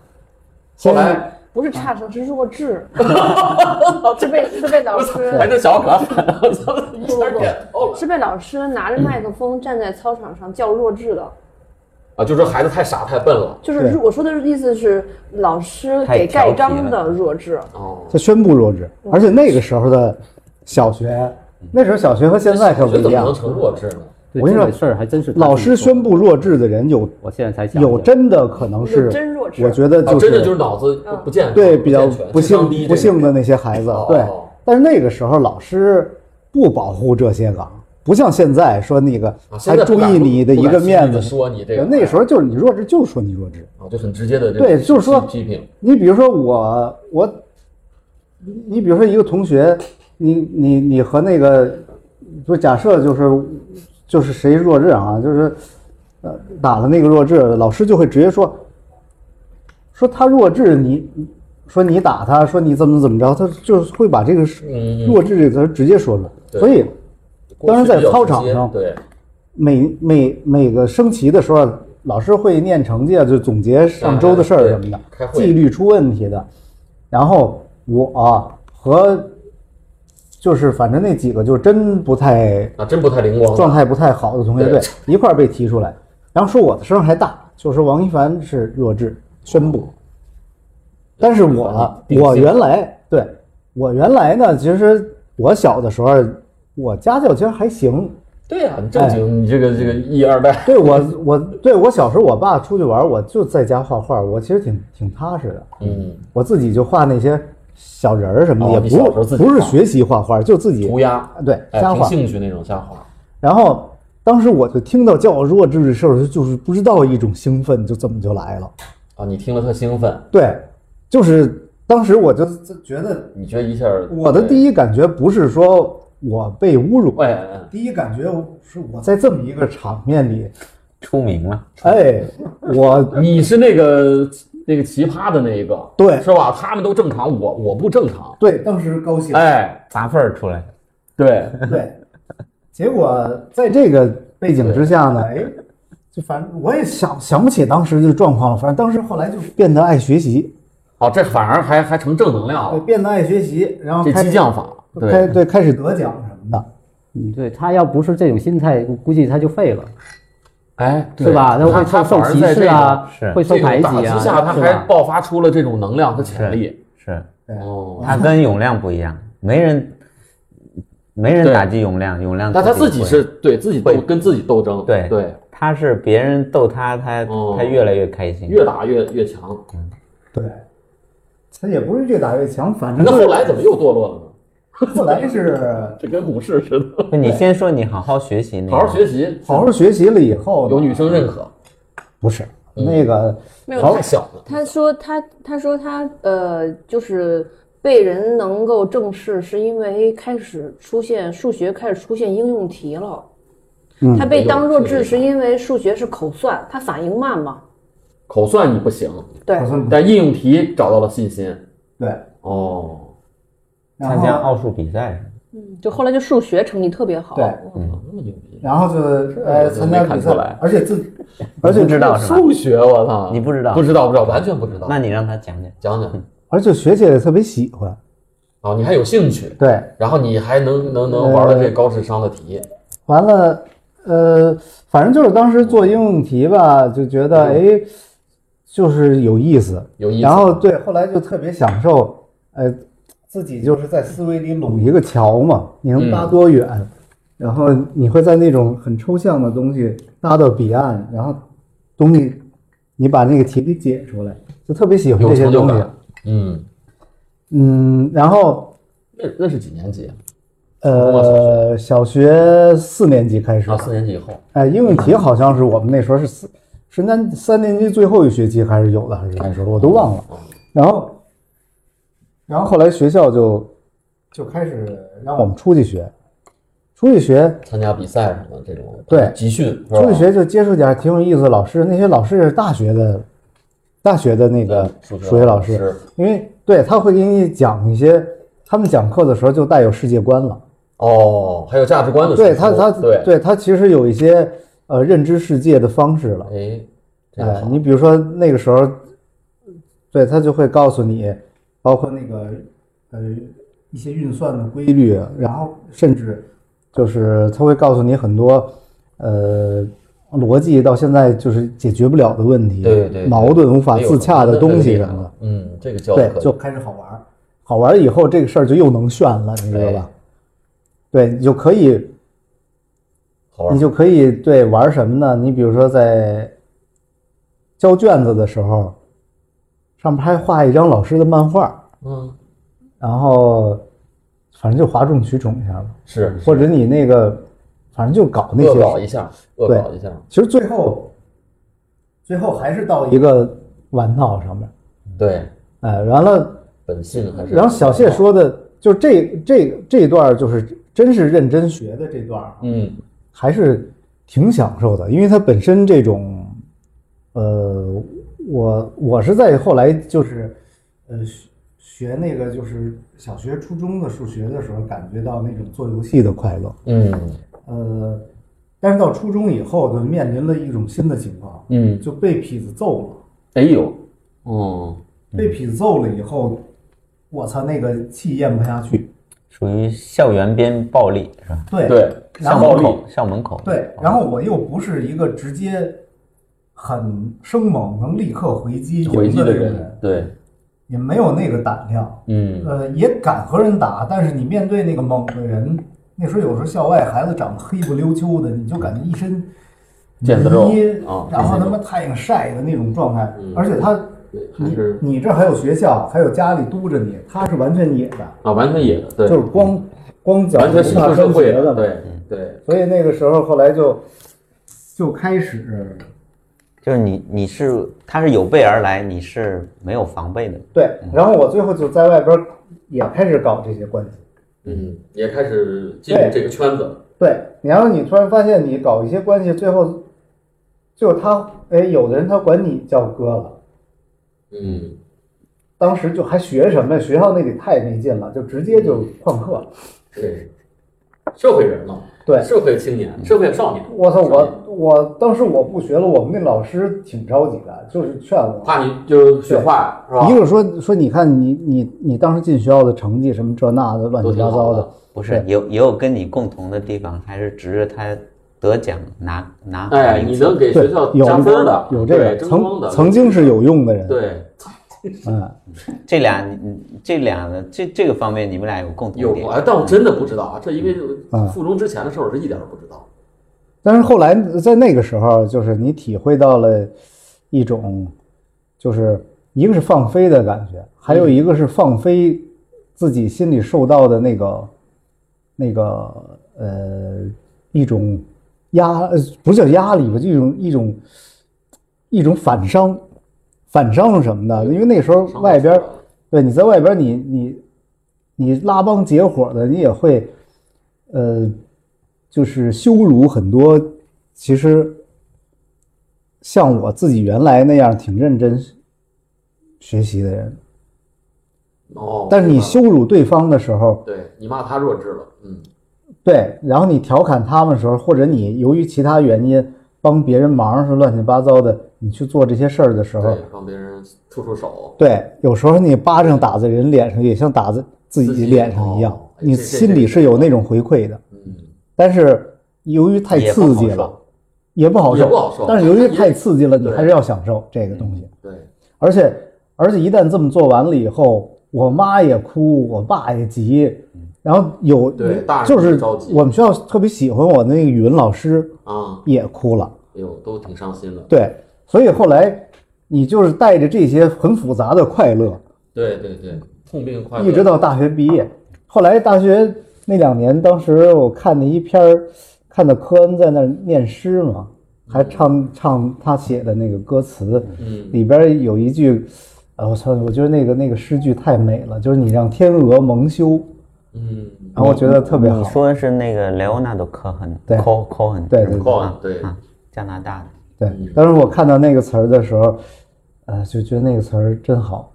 A: 后来
F: 不是差生，是 弱智，哦是被是被老师
A: 还是小可反了，操，一下点透了。
F: 是被老师拿着麦克风站在操场上叫弱智的。
A: 啊，就说孩子太傻太笨了。
F: 就是
B: 对
F: 我说的意思是，老师
C: 太
F: 给
C: 调皮
F: 盖章的
C: 了
F: 弱智，
A: 哦，
B: 他宣布弱智，
A: 嗯
B: 而且那个时候的小学，那时候小学和现在
A: 这
B: 可不
A: 怎
B: 一
A: 么
B: 样
A: 能，成弱智呢？
E: 对
B: 我跟你
E: 这
B: 说
E: 个事儿还真是他
B: 老
E: 自己
B: 师
E: 说的
B: 宣，布弱智的人有
E: 我现在才想起
B: 有
E: 来
B: 真的可能是
F: 有真弱，智
B: 我觉得
A: 啊
B: 就
A: 真的就是是脑子不不健全，
B: 对比较
A: 健全
B: 不
A: 智商低
B: 幸不
A: 这
B: 幸
A: 个
B: 的那些孩子
A: 哦，
B: 对。但是那个时候老师不保护这些岗，不像现在说那个
A: 啊现
B: 还
A: 在
B: 注
A: 不敢
B: 意你的一个面
A: 不敢轻易
B: 子
A: 地。说你这个，
B: 那时候就是你弱智就说你弱智。
A: 啊就很直接的这种
B: 对就是说
A: 批评
B: 你比如说我我，你你比如说一个同学，你你你和那个，就假设就是就是谁弱智啊，就是呃打了那个弱智，老师就会直接说说他弱智，你说你打他，说你怎么怎么着，他就是会把这个是
A: 嗯
B: 弱智这个词儿直接说出来，
A: 对
B: 所以。
A: 过去
B: 当然在
A: 比较
B: 操
A: 直
B: 场
A: 接
B: 上
A: 对
B: 每每每个升旗的时候，老师会念成绩啊，就总结上周的事儿什么的
A: 啊对开，会
B: 纪律出问题的。然后我、啊和就是反正那几个就真不太
A: 啊，真不太灵光。
B: 状态不太好的同学
A: 对
B: 队一块儿被踢出来，然后说我的声儿还大，就说王一凡是弱智，宣布。但是我啊
A: 定性
B: 我原来对我原来呢，其实我小的时候，我家教其实还行，
A: 对呀，你正
B: 哎
A: 经，你这个这个一二代，
B: 对我，我对我小时候，我爸出去玩，我就在家画画，我其实挺挺踏实的。
A: 嗯，
B: 我自己就画那些小人儿什么的，
A: 哦
B: 也
A: 你
B: 不
A: 小时候自己
B: 不是
A: 画
B: 学习画画，就自己啊
A: 涂鸦，
B: 对
A: 哎，
B: 瞎
A: 凭
B: 画。
A: 兴趣那种瞎画。
B: 然后当时我就听到叫我弱智的时候，就是不知道一种兴奋，就这么就来了。
A: 啊，你听了特兴奋，
B: 对，就是当时我就就觉得
A: 你觉得一下，
B: 我的第
A: 一，
B: 一感觉不是说我被侮辱，
A: 哎哎，哎
B: 第一感觉我是我在这么一个场面里，
C: 出名了。
B: 哎，我
A: 你是那个那个奇葩的那一个，
B: 对
A: 是吧？他们都正常，我我不正常，
B: 对当时高兴。
A: 哎，
C: 砸份儿出来，
A: 对，
B: 对，结果在这个背景之下呢，哎，就反正我也想想不起当时的状况了，反正当时后来就变得爱学习，
A: 哦，这反而还还成正能量
B: 对，
A: 了，
B: 变得爱学习，然后
A: 啊这
B: 开
A: 激
B: 始
A: 将法，
B: 开
A: 对，
B: 对开始得奖什么的，
E: 嗯，对他要不是这种心态，估计他就废了，
A: 哎，对
E: 是吧？
A: 他
E: 会
A: 他
E: 受
A: 反
E: 受
A: 而
E: 歧
A: 在
E: 视
A: 这
E: 啊
A: 种，
C: 是
E: 会受
A: 这
E: 排
A: 种
E: 挤
A: 打击
E: 啊，
A: 下，他
E: 是
A: 还
E: 吧？
A: 爆发出了这种能量和潜力。
C: 是
A: 哦，
C: 他跟永亮不一样，没人没人
A: 对
C: 打击永亮，永亮
A: 但他自己
C: 会
A: 是对自己斗
C: 会
A: 跟自己斗争，
C: 对
A: 对，
C: 他是别人逗他，他
A: 哦
C: 他越来越开心，
A: 越打越越强。
B: 对，他也不是越打越强，反正
A: 那
B: 就
A: 后来怎么又堕落了呢？
B: 后来是
A: 这跟股市似的，
C: 不你先说你好好学习那个，
A: 好好学习，
B: 好好学习了以后呢，
A: 有女生认可，嗯
B: 不是那个
F: 没有
B: 好
A: 太小了。
F: 他说他他说他呃，就是被人能够正视，是因为开始出现数学开始出现应用题了。
B: 嗯
F: 他被当弱
A: 这个
F: 智是因为数学是口算，他反应慢嘛。
A: 口算你不行，
F: 对
B: 好，像
A: 但应用题找到了信心。
B: 对，
A: 哦，
B: 然
C: 参加
B: 后
C: 奥数比赛是吧
F: 嗯，就后来就数学成绩特别好。
B: 对，
C: 嗯
A: 哇那么牛逼！
B: 然后就呃参加
A: 没看
B: 比
A: 出
B: 赛
A: 来，
B: 而且自
C: 而且知道是吧？
A: 数学，我操，
C: 你不知道
A: 啊不知道，不知道，完全不知道。
C: 那你嗯让他讲讲，
A: 讲讲
B: 而且学起来特别喜欢，
A: 啊，你还有兴趣，
B: 对，
A: 然后你还能能能玩了这高智商的题，
B: 完了，呃，反正就是当时做应用题吧，就觉得哎，就是有意思，
A: 有意思。
B: 然后对，后来就特别享受，呃，自己就是在思维里拢嗯一个桥嘛，你能搭多远，然后你会在那种很抽象的东西搭到彼岸，然后东西你把那个题给解出来，就特别喜欢
A: 有
B: 这些
A: 成就
B: 东西
A: 感。嗯，
B: 嗯，然后
A: 那那是几年级啊？
B: 呃，小学四年级开始
A: 啊，，四年级以后
B: 哎，应用题好像是我们那时候是四是三三年级最后一学期还是有的，还是什么时候我都忘了。然后，然后后来学校就就开始让我们出去学，出去学，
A: 参加比赛什么这种，
B: 对
A: 集训，是吧
B: 出去学就接触点儿挺有意思的老师，那些老师是大学的，大学的那个
A: 数
B: 学老师，因为对他会给你讲一些，他们讲课的时候就带有世界观了。
A: 哦，还有价值观的输出，
B: 对他，他
A: 对，
B: 他其实有一些呃认知世界的方式了。
A: 哎，这个
B: 哎，
A: 好
B: 你比如说那个时候，对他就会告诉你，包括那个呃一些运算的规律，啊然后甚至就是他会告诉你很多呃逻辑到现在就是解决不了的问题，
A: 对对对
B: 矛盾无法
A: 哎呦
B: 自洽的东西
A: 那这个
B: 什
A: 厉害
B: 么
A: 了嗯，这个教
B: 的，
A: 的
B: 对，就开始好玩儿，好玩儿以后这个事儿就又能炫了，你知道吧？对，你就可以
A: 好玩
B: 你
A: 儿，
B: 就可以对玩什么呢？你比如说在交卷子的时候，上面还画一张老师的漫画，
A: 嗯，
B: 然后反正就哗众取宠一下吧，
A: 是
B: 或者你那个反正就搞嗯
A: 恶
B: 那
A: 搞一
B: 些。
A: 下，恶
B: 对
A: 搞一下，
B: 其实最后，最后还是到一个玩闹上面。
A: 对，
B: 哎，完了，
A: 本性还是。
B: 然后小谢，说的就这这这一段，就是真是认真学的这段儿啊，
A: 嗯，
B: 还是挺享受的，因为它本身这种，呃，我我是在后来就是，呃，学学那个就是小学、初中的数学的时候，感觉到那种做游戏的快乐，
A: 嗯
B: 呃，但是到初中以后，就面临了一种新的情况，
A: 嗯，
B: 就被痞子揍了，
A: 哎呦，哦，
B: 被痞子揍了以后，我操，那个气咽不下去，
C: 属于校园边暴力是吧？
B: 对
A: 对，
B: 然
C: 校
B: 后
C: 门口，校门口，
B: 对，然后我又不是一个直接很生猛能立刻回击
A: 回击
B: 赢
A: 的
B: 的
A: 人，，对，
B: 也没有那个胆量，
A: 嗯，
B: 呃，也敢和人打，但是你面对那个猛的人，那时候有时候校外孩子长得黑不溜秋的，你就感觉一身
A: 腱子肉
B: 泥
A: 啊
B: 然后
A: 腱子
B: 他
A: 肉
B: 妈太阳晒的那种状态，
A: 嗯
B: 而且他。
A: 对，还
B: 你
A: 是
B: 你这还有学校，还有家里督着你，他是完全野的，
A: 啊，完全野的，对，
B: 就是光光脚
A: 完全
B: 不
A: 是
B: 怕
A: 出社
B: 穿
A: 会
B: 鞋的
A: 的，
B: 嘛。
A: 对对，
B: 所以那个时候后来就就开
A: 嗯
B: 始
C: 就是你你是他是有备而来，你是没有防备的，
B: 对，然后我最后就在外边儿也开始搞这些关系。
A: 嗯，也开始进入
B: 对
A: 这个圈子，
B: 对，然后你突然发现你搞一些关系，最后就他哎，有的人他管你叫哥了，
A: 嗯，
B: 当时就还学什么呀？学校那里太没劲了，就直接就旷课了。
A: 对，社会人了，
B: 对
A: 社会青年，社会少年。
B: 我操，
A: 少年
B: 我我当时我不学了，我们那老师挺着急的，就是劝我，
A: 怕你就是学坏了是吧？
B: 一会儿说说，你看你你你当时进学校的成绩什么这那的乱七八糟
A: 都挺好
B: 的
A: 的，
C: 不是有也有跟你共同的地方，还是值得他得奖拿拿
A: 哎，
C: 名
A: 你
C: 次
A: 能给
B: 对
A: 学校，
B: 有
A: 加分的，
B: 有这
A: 对争
B: 个
A: 光
B: 曾
A: 的，
B: 曾经是有用的人，，
A: 对
B: 嗯，
C: 这俩你这俩呢这这个方面你们俩有共同
A: 有
C: 点
A: 过，哎，但我真的不知道啊，这因为
B: 嗯
A: 附中之前的事儿我是一点儿都不知道。
B: 但是后来在那个时候，就是你体会到了一种，就是一个是放飞的感觉，还有一个是放飞自己心里受到的那个那个呃一种压，呃不叫压力吧，就一种一种一种反伤，反伤是什么呢？因为那时候
A: 上
B: 嗯外边
A: 大
B: 儿
A: 学了
B: 对，你在外边儿你，你你拉帮结伙的，你也会，呃，就是羞辱很多。其实，像我自己原来那样挺认真学习的人，
A: 哦，
B: 但是你
A: 明白了
B: 羞辱对方的时候，
A: 对你骂他弱智了，嗯，
B: 对，然后你调侃他们的时候，或者你由于其他原因帮别人忙是乱七八糟的，你去做这些事儿的时候
A: 对，，帮别人吐出手，
B: 对，有时候你巴掌打在人脸上，也像打在
A: 自
B: 自己
A: 己
B: 脸上一样
A: 哦，哎
B: 你
A: 这这
B: 心
A: 这
B: 里
A: 个
B: 是有那种回馈的。
A: 嗯，
B: 但是由于太
C: 也不
B: 刺
C: 好
B: 激
C: 受
B: 了，也不好
A: 也
B: 受。
A: 不好受
B: 但是由于太刺激了，你
A: 对嗯
B: 还是要享受这个东西。
A: 对，
B: 而且而且一旦这么做完了以后，我妈也哭，我爸也急，然后有
A: 嗯对大人
B: 就
A: 也
B: 是
A: 着急
B: 我们学校特别喜欢我那个语文老师
A: 啊，
B: 也哭了。
A: 哎呦，都挺伤心的，
B: 对，所以后来你就是带着这些很复杂的快乐，
A: 对对对，痛并快乐，
B: 一直到大学毕业。后来大学那两年，当时我看的一篇儿，看到科恩在那儿念诗嘛，还唱唱他写的那个歌词，
A: 嗯
B: 里边儿有一句，啊，我操，我觉得那个那个诗句太美了，就是你让天鹅蒙羞，
A: 嗯，
B: 然后我觉得特别
C: 你
B: 好。
C: 说的是那个莱欧纳多·科恩，
B: 对
C: 科科恩，
B: 对
C: 是吗
B: 对
A: 对
C: 啊
A: 对
C: 啊，加拿大的。
B: 对，
A: 嗯
B: 当时我看到那个词儿的时候，呃，就觉得那个词儿真好。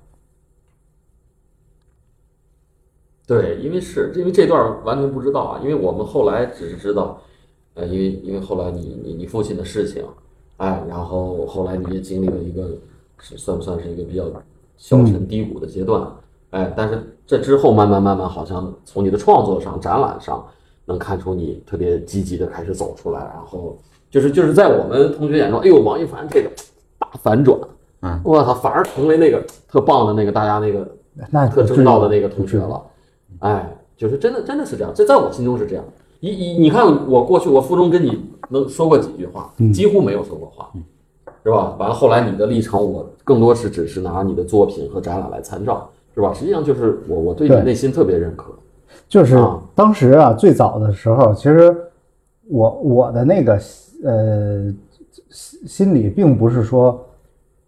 A: 对，因为是因为这段完全不知道啊，因为我们后来只是知道，呃，因为因为后来你你你父亲的事情，哎，然后后来你也经历了一个是算不算是一个比较消沉低谷的阶段，哎，但是这之后慢慢慢慢，好像从你的创作上、展览上能看出你特别积极的开始走出来，然后就是就是在我们同学眼中，哎呦，王一凡这个大反转，
C: 嗯
A: 我操，反而成为那个特棒的那个大家那个
B: 那
A: 特
B: 不至
A: 征
B: 于
A: 到的那个同学了。哎，就是真的真的是这样，这在我心中是这样。你你你看，我过去我附中跟你能说过几句话，
B: 嗯
A: 几乎没有说过话，是吧？完了后来你的历程，我更多是只是拿你的作品和展览来参照，是吧？实际上就是我我对你
B: 对
A: 内心特别认可，
B: 就是
A: 啊
B: 当时啊，最早的时候，其实我我的那个呃心心里并不是说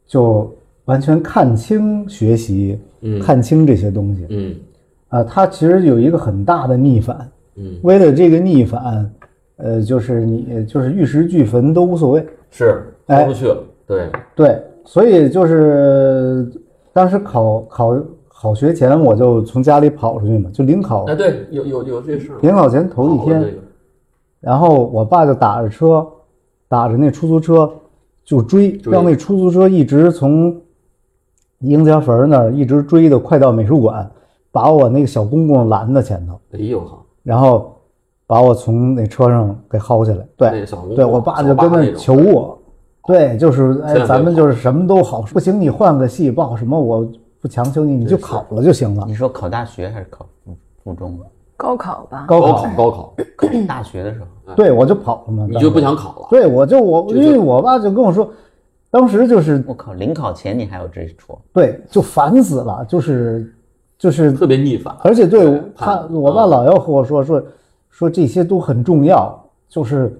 B: 就完全看清学习，
A: 嗯
B: 看清这些东西
A: 嗯
B: 啊、它其实有一个很大的逆反，
A: 嗯，
B: 为了这个逆反，呃，就是你就是玉石俱焚都无所谓，
A: 是
B: 哎
A: 豁出去了，对，
B: 对，所以就是当时考考考学前，我就从家里跑出去嘛，就临考
A: 哎对，有有有这事儿，
B: 临考前头一
A: 好
B: 天。
A: 这个
B: 然后我爸就打着车，打着那出租车就追，
A: 追
B: 让那出租车一直从英家坟那儿一直追的，快到美术馆，把我那个小公公拦在前头，
A: 哎呦哈，
B: 然后把我从那车上给薅下来。
A: 那
B: 对
A: 个，小公
B: 对
A: 公
B: 我爸
A: 小
B: 就跟
A: 那
B: 那
A: 种
B: 求我，对，就是
A: 现在
B: 哎，
A: 没
B: 咱们
A: 有
B: 就是什么都好，不行你换个系报什么，我不强求你，你就考了就行了。
C: 你说考大学还是考附附中？
F: 高考吧，
B: 高
A: 高
B: 考
A: 考，高考，
C: 考大学的时候，
B: 对我就跑了嘛，
A: 你
B: 当
A: 就
B: 时
A: 不想考了，
B: 对，我就我
A: 就
B: 因
A: 就
B: 为我爸就跟我说，当时就是
C: 我靠，临考前你还有这一出，
B: 对，就烦死了，就是就是，
A: 特别逆反，
B: 而且对他，
A: 怕
B: 我爸
A: 啊
B: 老要和我说说说这些都很重要，就是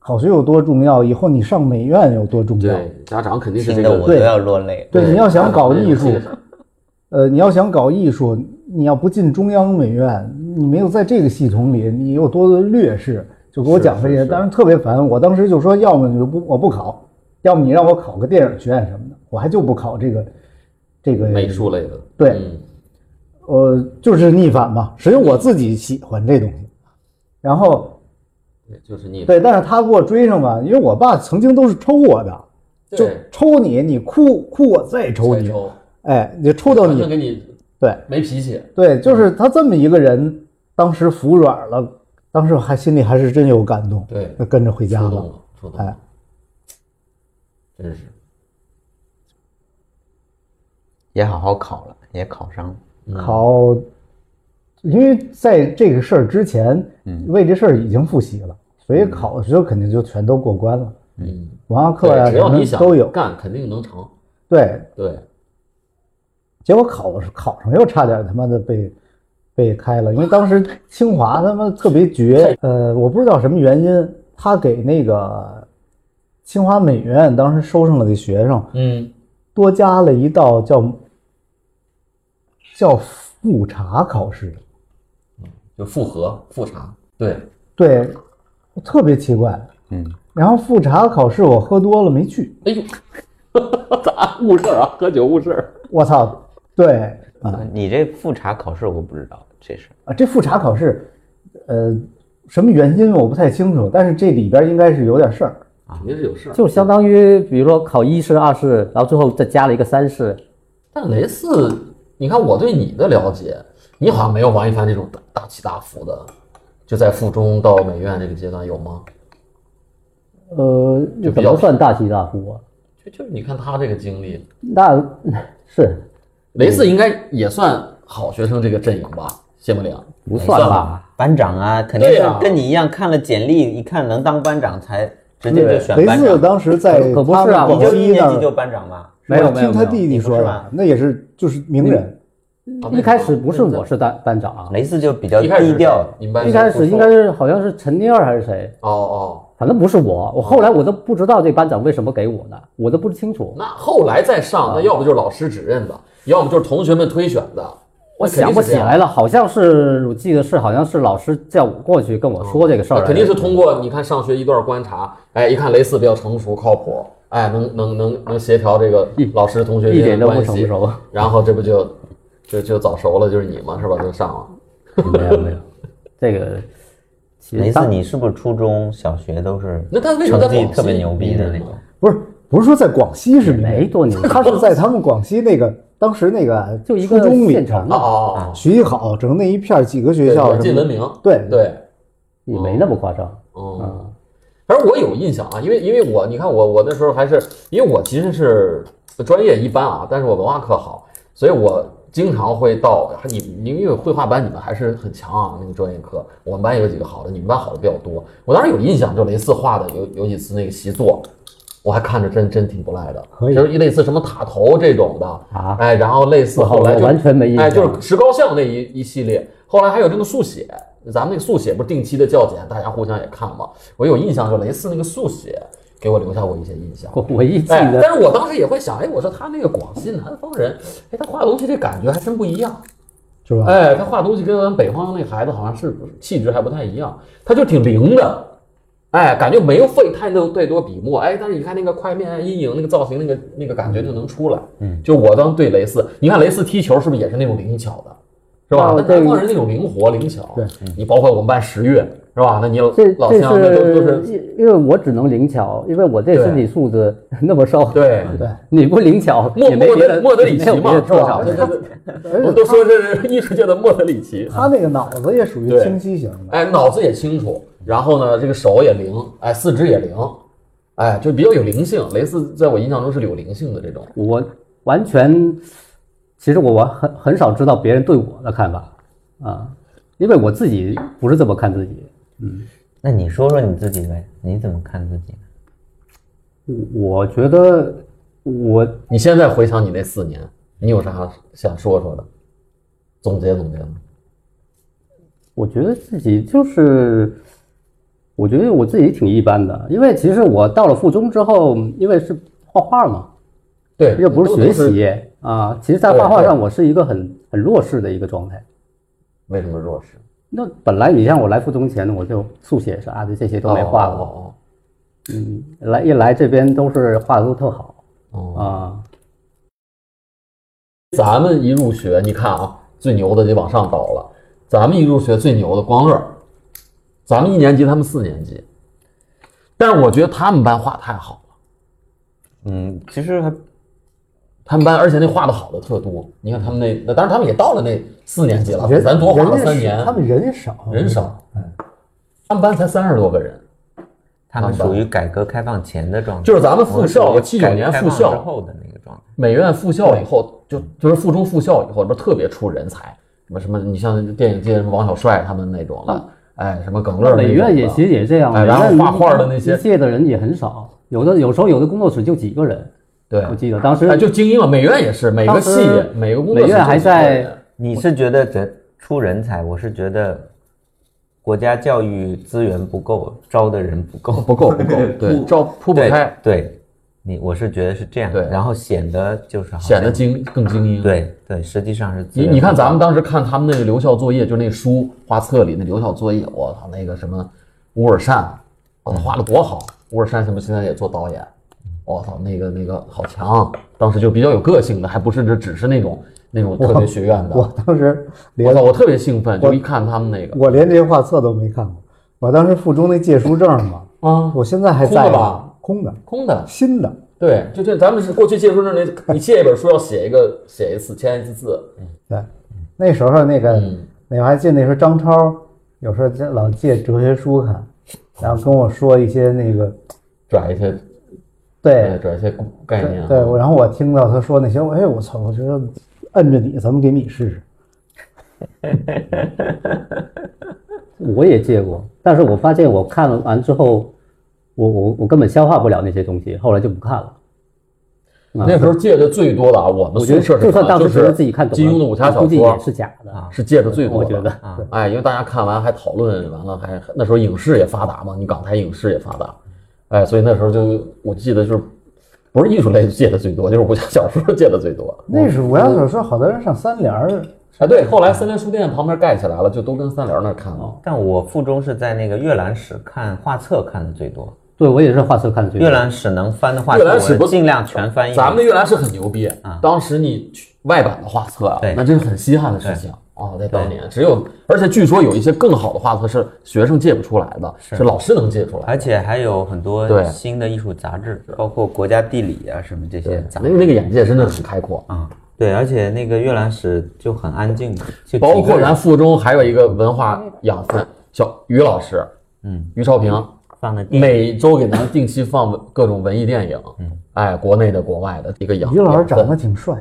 B: 考学有多重要，以后你上美院有多重要。
A: 对，家长肯定是
C: 听
A: 这
C: 得
A: 个
C: 我都要落泪了。
B: 对你要想搞
A: 家长
B: 艺术
A: 这个事儿
B: 呃，你要想搞艺术，你要不进中央美院，你没有在这个系统里，你有多劣势。就给我
A: 是
B: 讲这
A: 是
B: 些，
A: 是
B: 当时特别烦。我当时就说，要么你就不我不考，要么你让我考个电影学院什么的，我还就不考这个这个
A: 美术类的，
B: 对
A: 嗯
B: 呃，就是逆反嘛。实际上我自己喜欢这东西，然后
A: 对，就是你
B: 对，但是他给我追上吧，因为我爸曾经都是抽我的，就
A: 对
B: 抽你，你哭哭我再抽
A: 再
B: 你，
A: 抽，
B: 哎，你抽到
A: 完全
B: 你，
A: 给你
B: 对
A: 没脾气，
B: 对，就是他这么一个人，当时服软了，当时还心里还是真有感动，
A: 对，
B: 就跟着回家
A: 触动
B: 嗯了。
A: 了，触动
B: 哎
A: 了，真是，
C: 也好好考了，也考上了。
A: 嗯
B: 考，因为在这个事儿之前，为这事儿已经复习了，所以考的时候肯定就全都过关了，
A: 嗯，
B: 文化课呀、啊
A: 对，只要
B: 什么
A: 你想
B: 都有。
A: 干，肯定能成，
B: 对，
A: 对，
B: 结果考考上又差点他妈的被被开了，因为当时清华他妈特别绝，呃，我不知道什么原因，他给那个清华美院当时收上了的学生
A: 嗯，
B: 多加了一道叫叫复查考试，
A: 就复核复查，对，
B: 对，特别奇怪。
C: 嗯，
B: 然后复查考试我喝多了没去，
A: 哎呦， 咋误事儿啊？喝酒误事儿，
B: 我操，对啊
C: 你这复查考试我不知道这事儿。
B: 啊，这复查考试，呃，什么原因我不太清楚，但是这里边应该是有点事儿。
A: 肯定是有事儿。
E: 就相当于比如说考一试、二试，然后最后再加了一个三试，
A: 但雷四，你看我对你的了解，你好像没有王一凡这种大大起大伏的，就在附中到美院这个阶段有吗？
E: 呃，
A: 就
E: 这
A: 比
E: 怎
A: 较
E: 么算大起大伏啊？
A: 就就是你看他这个经历，
E: 那是
A: 雷四应该也算好学生这个阵营吧？谢幕岭
E: 不算吧？
C: 班长啊，肯定
A: 对
C: 是
A: 啊
C: 跟你一样看了简历，一看能当班长才直接就选
B: 雷
C: 班
B: 四
C: 长。
B: 当时在
E: 可可不
B: 他
E: 是啊
B: 们
C: 你就
B: 广
C: 一
B: 西
C: 年
B: 那
C: 级
B: 儿
C: 就班长嘛？
E: 没有
B: 我
E: 没有
B: 听他弟
E: 没
B: 弟
C: 你不
B: 说
C: 是
B: 的
C: 吧，
B: 那也是就是名人，
A: 啊
E: 有，
A: 那
E: 一开
A: 个
E: 始不是我是班班长，
C: 雷四就比较
A: 一开始
C: 低调，
A: 你们班
E: 一
A: 谁
E: 开始应该
A: 不错
E: 是好像是陈妮儿还是谁，
A: 哦哦，
E: 反正不是我，我后来我都不知道这班长为什么给我的，我都不清楚。
A: 那后来再上，
E: 啊
A: 那要不就是老师指认的，要么就是同学们推选的。
E: 我
A: 那肯定是
E: 想不
A: 这
E: 起
A: 样
E: 来了，好像是我记得是好像是老师叫我过去跟我说这个事儿
A: 哦那
E: 来，
A: 肯定是通过你看上学一段观察，哎，一看雷四比较成熟靠谱，哎，能能能能协调这个老师同学之
E: 一
A: 间
E: 点
A: 的
E: 都不
A: 关
E: 成
A: 系，
E: 熟。
A: 然后这不就就就早熟了，就是你嘛，是吧？就上了。
E: 没有没有，这个其
C: 雷
E: 实
C: 四，
E: 当
C: 你是不是初中小学都是
A: 那他为什么在
C: 成绩
A: 广西
C: 特别牛逼的那种？
B: 不是不是说在广西是名
E: 没
B: 人，
E: 多
A: 哦
E: 牛，
B: 他是在他们广西那个当时那个
E: 就一
B: 初
E: 个
B: 中里
E: 县
B: 头
E: 城，
A: 哦
E: 嘛，
A: 哦，哦
B: 学习好，整那一片儿几个学
A: 对
B: 校
A: 远
B: 什
A: 近
B: 么
A: 闻名，
B: 对
A: 对，
E: 也没那么夸张。
A: 哦。反正我有印象啊，因为因为我你看我我那时候还是因为我其实是专业一般啊，但是我文化课好，所以我经常会到你你因为绘画班你们还是很强啊，那个专业课我们班有几个好的，你们班好的比较多。我当时有印象，就雷四画的有有几次那个习作，我还看着真真挺不赖的，
B: 可以
A: 就是类似什么塔头这种的啊哎，然后类似
E: 我
A: 后来
E: 我
A: 就
E: 完全没印象
A: 哎，就是石膏像那一一系列，后来还有这个速写，咱们那个速写不是定期的校检，大家互相也看嘛。我有印象，就雷四那个速写给我留下过一些印象。
E: 我我一记
A: 哎，
E: 得
A: 但是我当时也会想，哎，我说他那个广西南方人，哎，他画东西这感觉还真不一样。
B: 是吧？
A: 哎，他画东西跟咱们北方那孩子好像是气质还不太一样，他就挺灵的，哎，感觉没有费太多太多笔墨，哎，但是你看那个块面啊阴影那个造型那个那个感觉就能出来，嗯，就我当对雷斯，你看雷斯踢球是不是也是那种灵巧的，是吧？
E: 哦
A: 那南方人那种灵活灵巧，
B: 对，
A: 你包括我们班十月是吧？那你老
E: 这
A: 老
E: 这
A: 乡那都都
E: 是
A: 是
E: 因因为我只能灵巧，因为我这身体素质那么瘦，
A: 对。
E: 你不灵巧
A: 莫
E: 嗯也没
A: 莫
E: 别
A: 德
E: 的，
A: 莫德里
E: 没
A: 奇
E: 有别
A: 嘛，
E: 的
A: 是
E: 多少
A: 吧？。
B: 而
A: 我
B: 且
A: 都说这是艺术界的莫德里奇，
B: 他那个脑子也属于
A: 对
B: 清晰型的，
A: 哎，脑子也清楚，然后呢，这个手也灵，哎，四肢也灵，哎，就比较有灵性。雷斯在我印象中是有灵性的这种，
E: 我完全，其实我我很很少知道别人对我的看法啊，因为我自己不是这么看自己，
C: 那你说说你自己呗，你怎么看自己？
E: 我我觉得我
A: 你现在回想你那四年，你有啥想说说的？总结总结呢？
E: 我觉得自己就是，我觉得我自己挺一般的，因为其实我到了附中之后，因为是画画嘛，
A: 对，
E: 又不是
A: 都
E: 学，
A: 都是
E: 习啊，其实，在画画上我是一个很很弱势的一个状态。
A: 为什么弱势？
E: 那本来你像我来附中前，我就速写啥的这些都没画过，
A: 哦
E: 嗯，来一来这边都是画的都特好
A: 哦哦哦
E: 啊，
A: 咱们一入学，你看啊，最牛的得往上倒了。咱们一入学最牛的光乐，咱们一年级，他们四年级，但是我觉得他们班画太好了，
C: 嗯，其实还
A: 他们班而且那画的好的特多。你看他们那，那当然他们也到了那四年级了，
B: 人
A: 咱多画了
B: 人家
A: 三
B: 少
A: 年，
B: 他们人也少，
A: 人少，他们班才三十多个人，
C: 他们嗯属于改革开放前的状态，
A: 就是咱们复校
C: 我们属于
A: 79年
C: 改革开放
A: 复校
C: 之后的那个状态。
A: 美院复校以后，就就是附中复校以后，里边特别出人才，什么什么，你像电影界什么王小帅他们那种的，哎，什么耿乐那种的，
E: 美院也其实也这样，
A: 哎然后
E: 美院
A: 画画的那些
E: 一届的人也很少，有的有时候有的工作室就几个人，
A: 对，
E: 我记得当时
A: 哎，就精英了。美院也是每个
E: 当时
A: 系每个工作
E: 美
A: 室
E: 院
A: 就有
E: 还
A: 一个
E: 在
A: 人
C: 你是觉得人出人才，我是觉得国家教育资源不够，招的人不够，
A: 不够 不够，对，招铺不
C: 对
A: 开，
C: 对，你我是觉得是这样，
A: 对
C: 然后显得就是好像
A: 显得精更精英。，
C: 对对，实际上是资
A: 你
C: 源
A: 你看
C: 不够
A: 咱们当时看他们那个留校作业，就那书画册里那留校作业，我操那个什么乌尔善，我
B: 嗯
A: 操画的多好！乌尔善什么现在也做导演，我操那个那个好强，当时就比较有个性的，还不是这只是那种那种特别学院的。
B: 我
A: 我
B: 当时连
A: 操，我特别兴奋，就一看他们那个
B: 我连这些画册都没看过。我当时附中那借书证嘛，
A: 啊，
B: 我现在还
A: 空的
B: 在
A: 吧？
B: 空的，
A: 空的。
B: 新的。
A: 对，就这，咱们是过去借书证那，你借一本书要写一个写一次签一次字，
B: 对，那时候那个
A: 嗯，
B: 那我还记得那时候张超有时候就老借哲学书看，然后跟我说一些那个
A: 转一些，
B: 对
A: 转一些概念啊，
B: 对，我然后我听到他说那些，我哎我操，我觉得摁着你，咱们给你试试。
E: 我也借过，但是我发现我看了完之后，我我我根本消化不了那些东西，后来就不看了。啊
A: 那时候借的最多的啊，我们
E: 我觉得
A: 宿舍是
E: 就算
A: 什么
E: 当时觉
A: 是
E: 得自己看懂了，
A: 金庸的武侠小
E: 估计也
A: 说啊
E: 是假的
A: 是借的最多
E: 我
A: 的
E: 觉得，
C: 啊，
A: 哎，因为大家看完还讨论，完了还那时候影视也发达嘛，你港台影视也发达，哎，所以那时候就我记得就是不是艺术类借的最多，就是武侠小说 借的最多。
B: 那时候我要想说，好多人上三联儿，
E: 啊
A: 哎，对，后来三联书店旁边盖起来了，就都跟三联那儿看
E: 哦
A: 了。
C: 但我附中是在那个阅览室看画册看的最多，
E: 对我也是画册看的最多。
C: 阅览室能翻的画
A: 阅览室
C: 册，
A: 不
C: 我尽量全翻一遍。
A: 咱们的阅览室很牛逼
C: 啊
A: 当时你去外版的画册啊
C: 对，
A: 那真是很稀罕的事情啊，在当年只有，而且据说有一些更好的画册是学生借不出来的，
C: 是
A: 是老师能借出来的。
C: 而且还有很多
A: 对
C: 新的艺术杂志，包括《国家地理》啊什么这些杂
A: 那
C: 志。
A: 那个眼界真的很开阔，
C: 啊，对，而且那个阅览室就很安静，就
A: 包
C: 几个
A: 括
C: 人
A: 咱附中还有一个文化养分，小于老师，
C: 嗯，
A: 于超平，
C: 放的电影，
A: 每周给咱定期放文各种文艺电影，嗯，哎，国内的、国外的一个养。
B: 于老师
A: 养
B: 长得
A: 分，
B: 挺帅，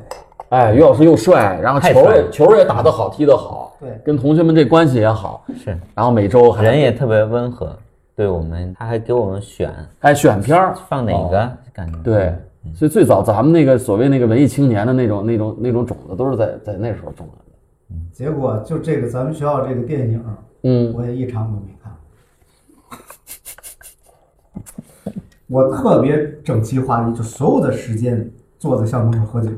A: 哎，于老师又帅，然后
C: 太
A: 球
C: 帅
A: 也
C: 了
A: 球也打得好，踢得好，
B: 对
A: 跟同学们这关系也好，
C: 是
A: 然后每周还
C: 人也特别温和，对我们，他还给我们选
A: 哎选片儿
C: 放哪
A: 哦
C: 个，感觉
A: 对，所以最早咱们那个所谓那个文艺青年的那种、那种、那种种子，都是在在那时候种的。
B: 结果就这个咱们学校这个电影，
A: 嗯，
B: 我也一场都没看。我特别整齐划一，就所有的时间坐在校门口喝酒。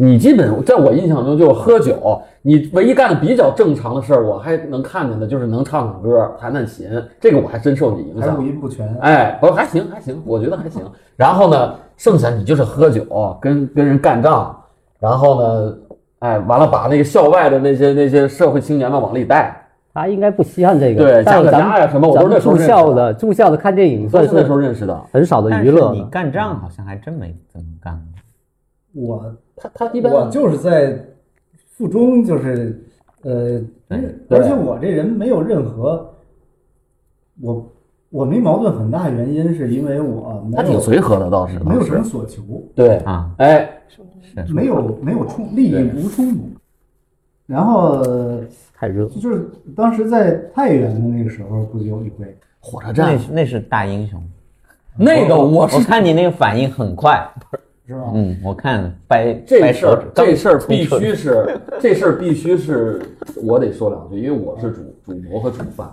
A: 你基本在我印象中就是喝酒，你唯一干的比较正常的事儿，我还能看见的就是能唱唱歌、弹弹琴，这个我还真受你影
B: 还五
A: 响。
B: 音不全。
A: 哎，不还行还行，我觉得还行。然后呢，剩下你就是喝酒，跟跟人干仗，然后呢，哎，完了把那个校外的那些那些社会青年们往里带，
E: 他应该不稀罕这个。
A: 对
E: 但是
A: 加个
E: 咱们
A: 加呀什么我都是那时候
E: 咱们住校的，住校的看电影
A: 都
E: 算
A: 是那时候
E: 是
A: 认识的。
E: 很少的
C: 但
E: 娱
C: 是
E: 乐
C: 你
E: 了。
C: 干
A: 嗯
C: 仗好像还真没怎么干过。
G: 我
A: 他他一般
G: 我就是在附中，就是呃，
A: 哎对
G: 而且我这人没有任何，我我没矛盾，很大原因是因为我没
A: 他挺
G: 有
A: 随和的倒是，啊
G: 没有
A: 当
G: 什么
A: 时
G: 所求，
A: 对
C: 啊，
A: 哎，
G: 没有没有冲利益无冲突。然后
E: 太热了，
G: 就是当时在太原的那个时候，不是有一回，
A: 火车
C: 那
A: 站
C: 是那是大英雄。
A: 那个啊哦我
C: 我看你那个反应很快，
G: 是吧？
C: 嗯，我看掰掰
A: 这事
C: 手
A: 儿
C: 指，，
A: 这事儿
C: 刚
A: 必
C: 出
A: 须 是，这事儿必须是我得说两句，因为我是主主谋和主犯，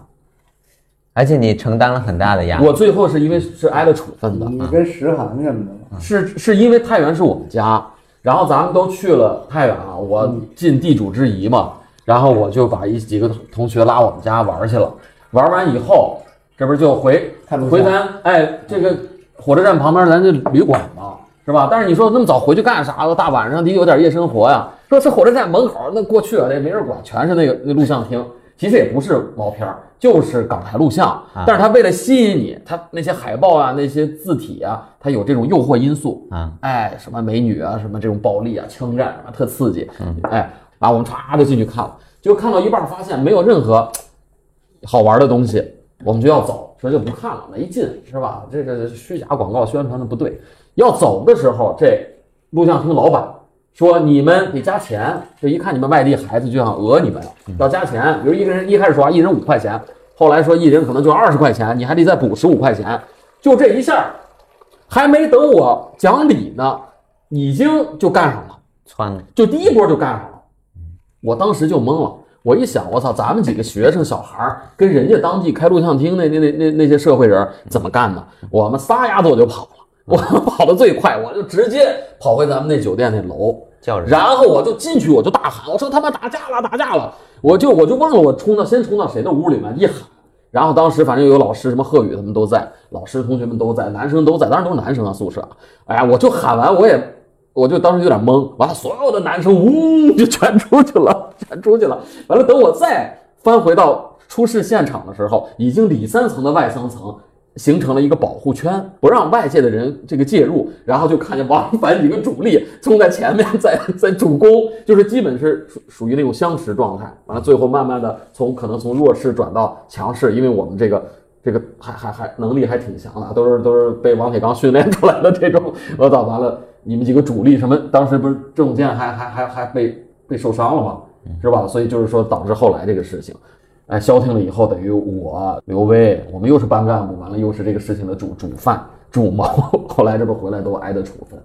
C: 而且你承担了很大的压力。
A: 我最后是因为是挨了处分的，
G: 你跟石涵什么的嘛，
A: 是是因为太原是我们家，然后咱们都去了太原了，我尽地主之谊嘛，然后我就把一几个同学拉我们家玩儿去了，玩完以后，这不是就回
G: 看录像
A: 回咱哎这个火车站旁边咱这旅馆嘛，是吧？但是你说那么早回去干啥了？大晚上得有点夜生活呀。说是火车站门口，那过去啊，那没人管，全是那个那录像厅。其实也不是毛片儿，就是港台录像。但是他为了吸引你，他那些海报啊、那些字体啊，他有这种诱惑因素
C: 啊。
A: 哎，什么美女啊，什么这种暴力啊、枪战啊，特刺激。哎，完我们歘就进去看了，结果看到一半儿发现没有任何好玩的东西，我们就要走，说就不看了，没劲是吧？这个虚假广告宣传的不对。要走的时候，这录像厅老板说你们得加钱，这一看你们外地孩子就想讹你们，要加钱。比如一个人一开始说啊一人五块钱，后来说一人可能就二十块钱，你还得再补十五块钱。就这一下，还没等我讲理呢，已经就干上了。
C: 穿了，
A: 就第一波就干上了。我当时就懵了，我一想，我操，咱们几个学生小孩儿跟人家当地开录像厅那那那那那些社会人儿怎么干呢？我们仨丫头就跑了，我 跑得最快，我就直接跑回咱们那酒店那楼，
C: 叫人
A: 然后我就进去，我就大喊，我说他妈打架了，打架了！我就我就忘了我冲到先冲到谁的屋里面一喊，然后当时反正有老师什么贺宇他们都在，老师同学们都在，男生都在，当然都是男生啊宿舍啊。哎呀，我就喊完我也。我就当时有点懵，完了，所有的男生呜就全出去了，全出去了。完了，等我再翻回到出事现场的时候，已经里三层的外三层形成了一个保护圈，不让外界的人这个介入。然后就看见王一凡几个主力冲在前面，在在主攻，就是基本是属属于那种相持状态。完了，最后慢慢的从可能从弱势转到强势，因为我们这个这个还还还能力还挺强的，啊都是都是被王铁刚训练出来的这种。我操，完了，你们几个主力什么？当时不是郑健还还还还被被受伤了吗？是吧？所以就是说导致后来这个事情，哎，消停了以后，等于我刘威，我们又是班干部，完了又是这个事情的主主犯主谋， 后来这不回来都挨的处分。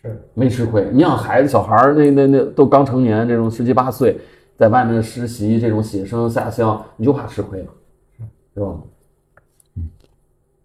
G: 是
A: 没吃亏。你想孩子小孩儿那那那都刚成年，这种十七八岁，在外面实习，这种写生下乡，你就怕吃亏了，是吧？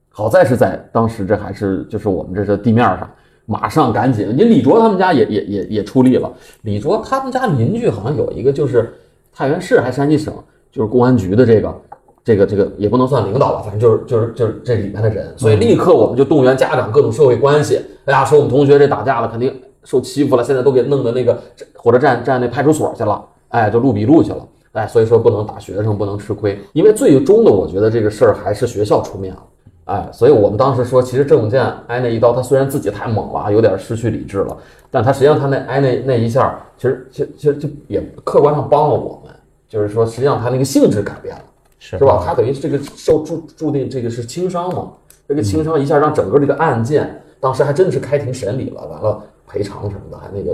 A: 好在是在当时这还是就是我们这是地面上，马上赶紧。你李卓他们家也也也也出力了。李卓他们家邻居好像有一个就是太原市还山西省，就是公安局的这个。 这个这个也不能算领导吧，反正就是就是就是这里面的人，所以立刻我们就动员家长各种社会关系，哎呀，说我们同学这打架了，肯定受欺负了，现在都给弄到那个火车站站那派出所去了，哎，就录笔录去了，哎，所以说不能打学生，不能吃亏，因为最终的我觉得这个事儿还是学校出面了。哎，所以我们当时说，其实郑永健挨那一刀，他虽然自己太猛了，有点失去理智了，但他实际上他那挨那那一下，其实其实其实就也客观上帮了我们，就是说实际上他那个性质改变了。
C: 是
A: 是吧？他等于这个受注注定这个是轻伤嘛，这个轻伤一下让整个这个案件，当时还真的是开庭审理了，完了赔偿什么的，还那个，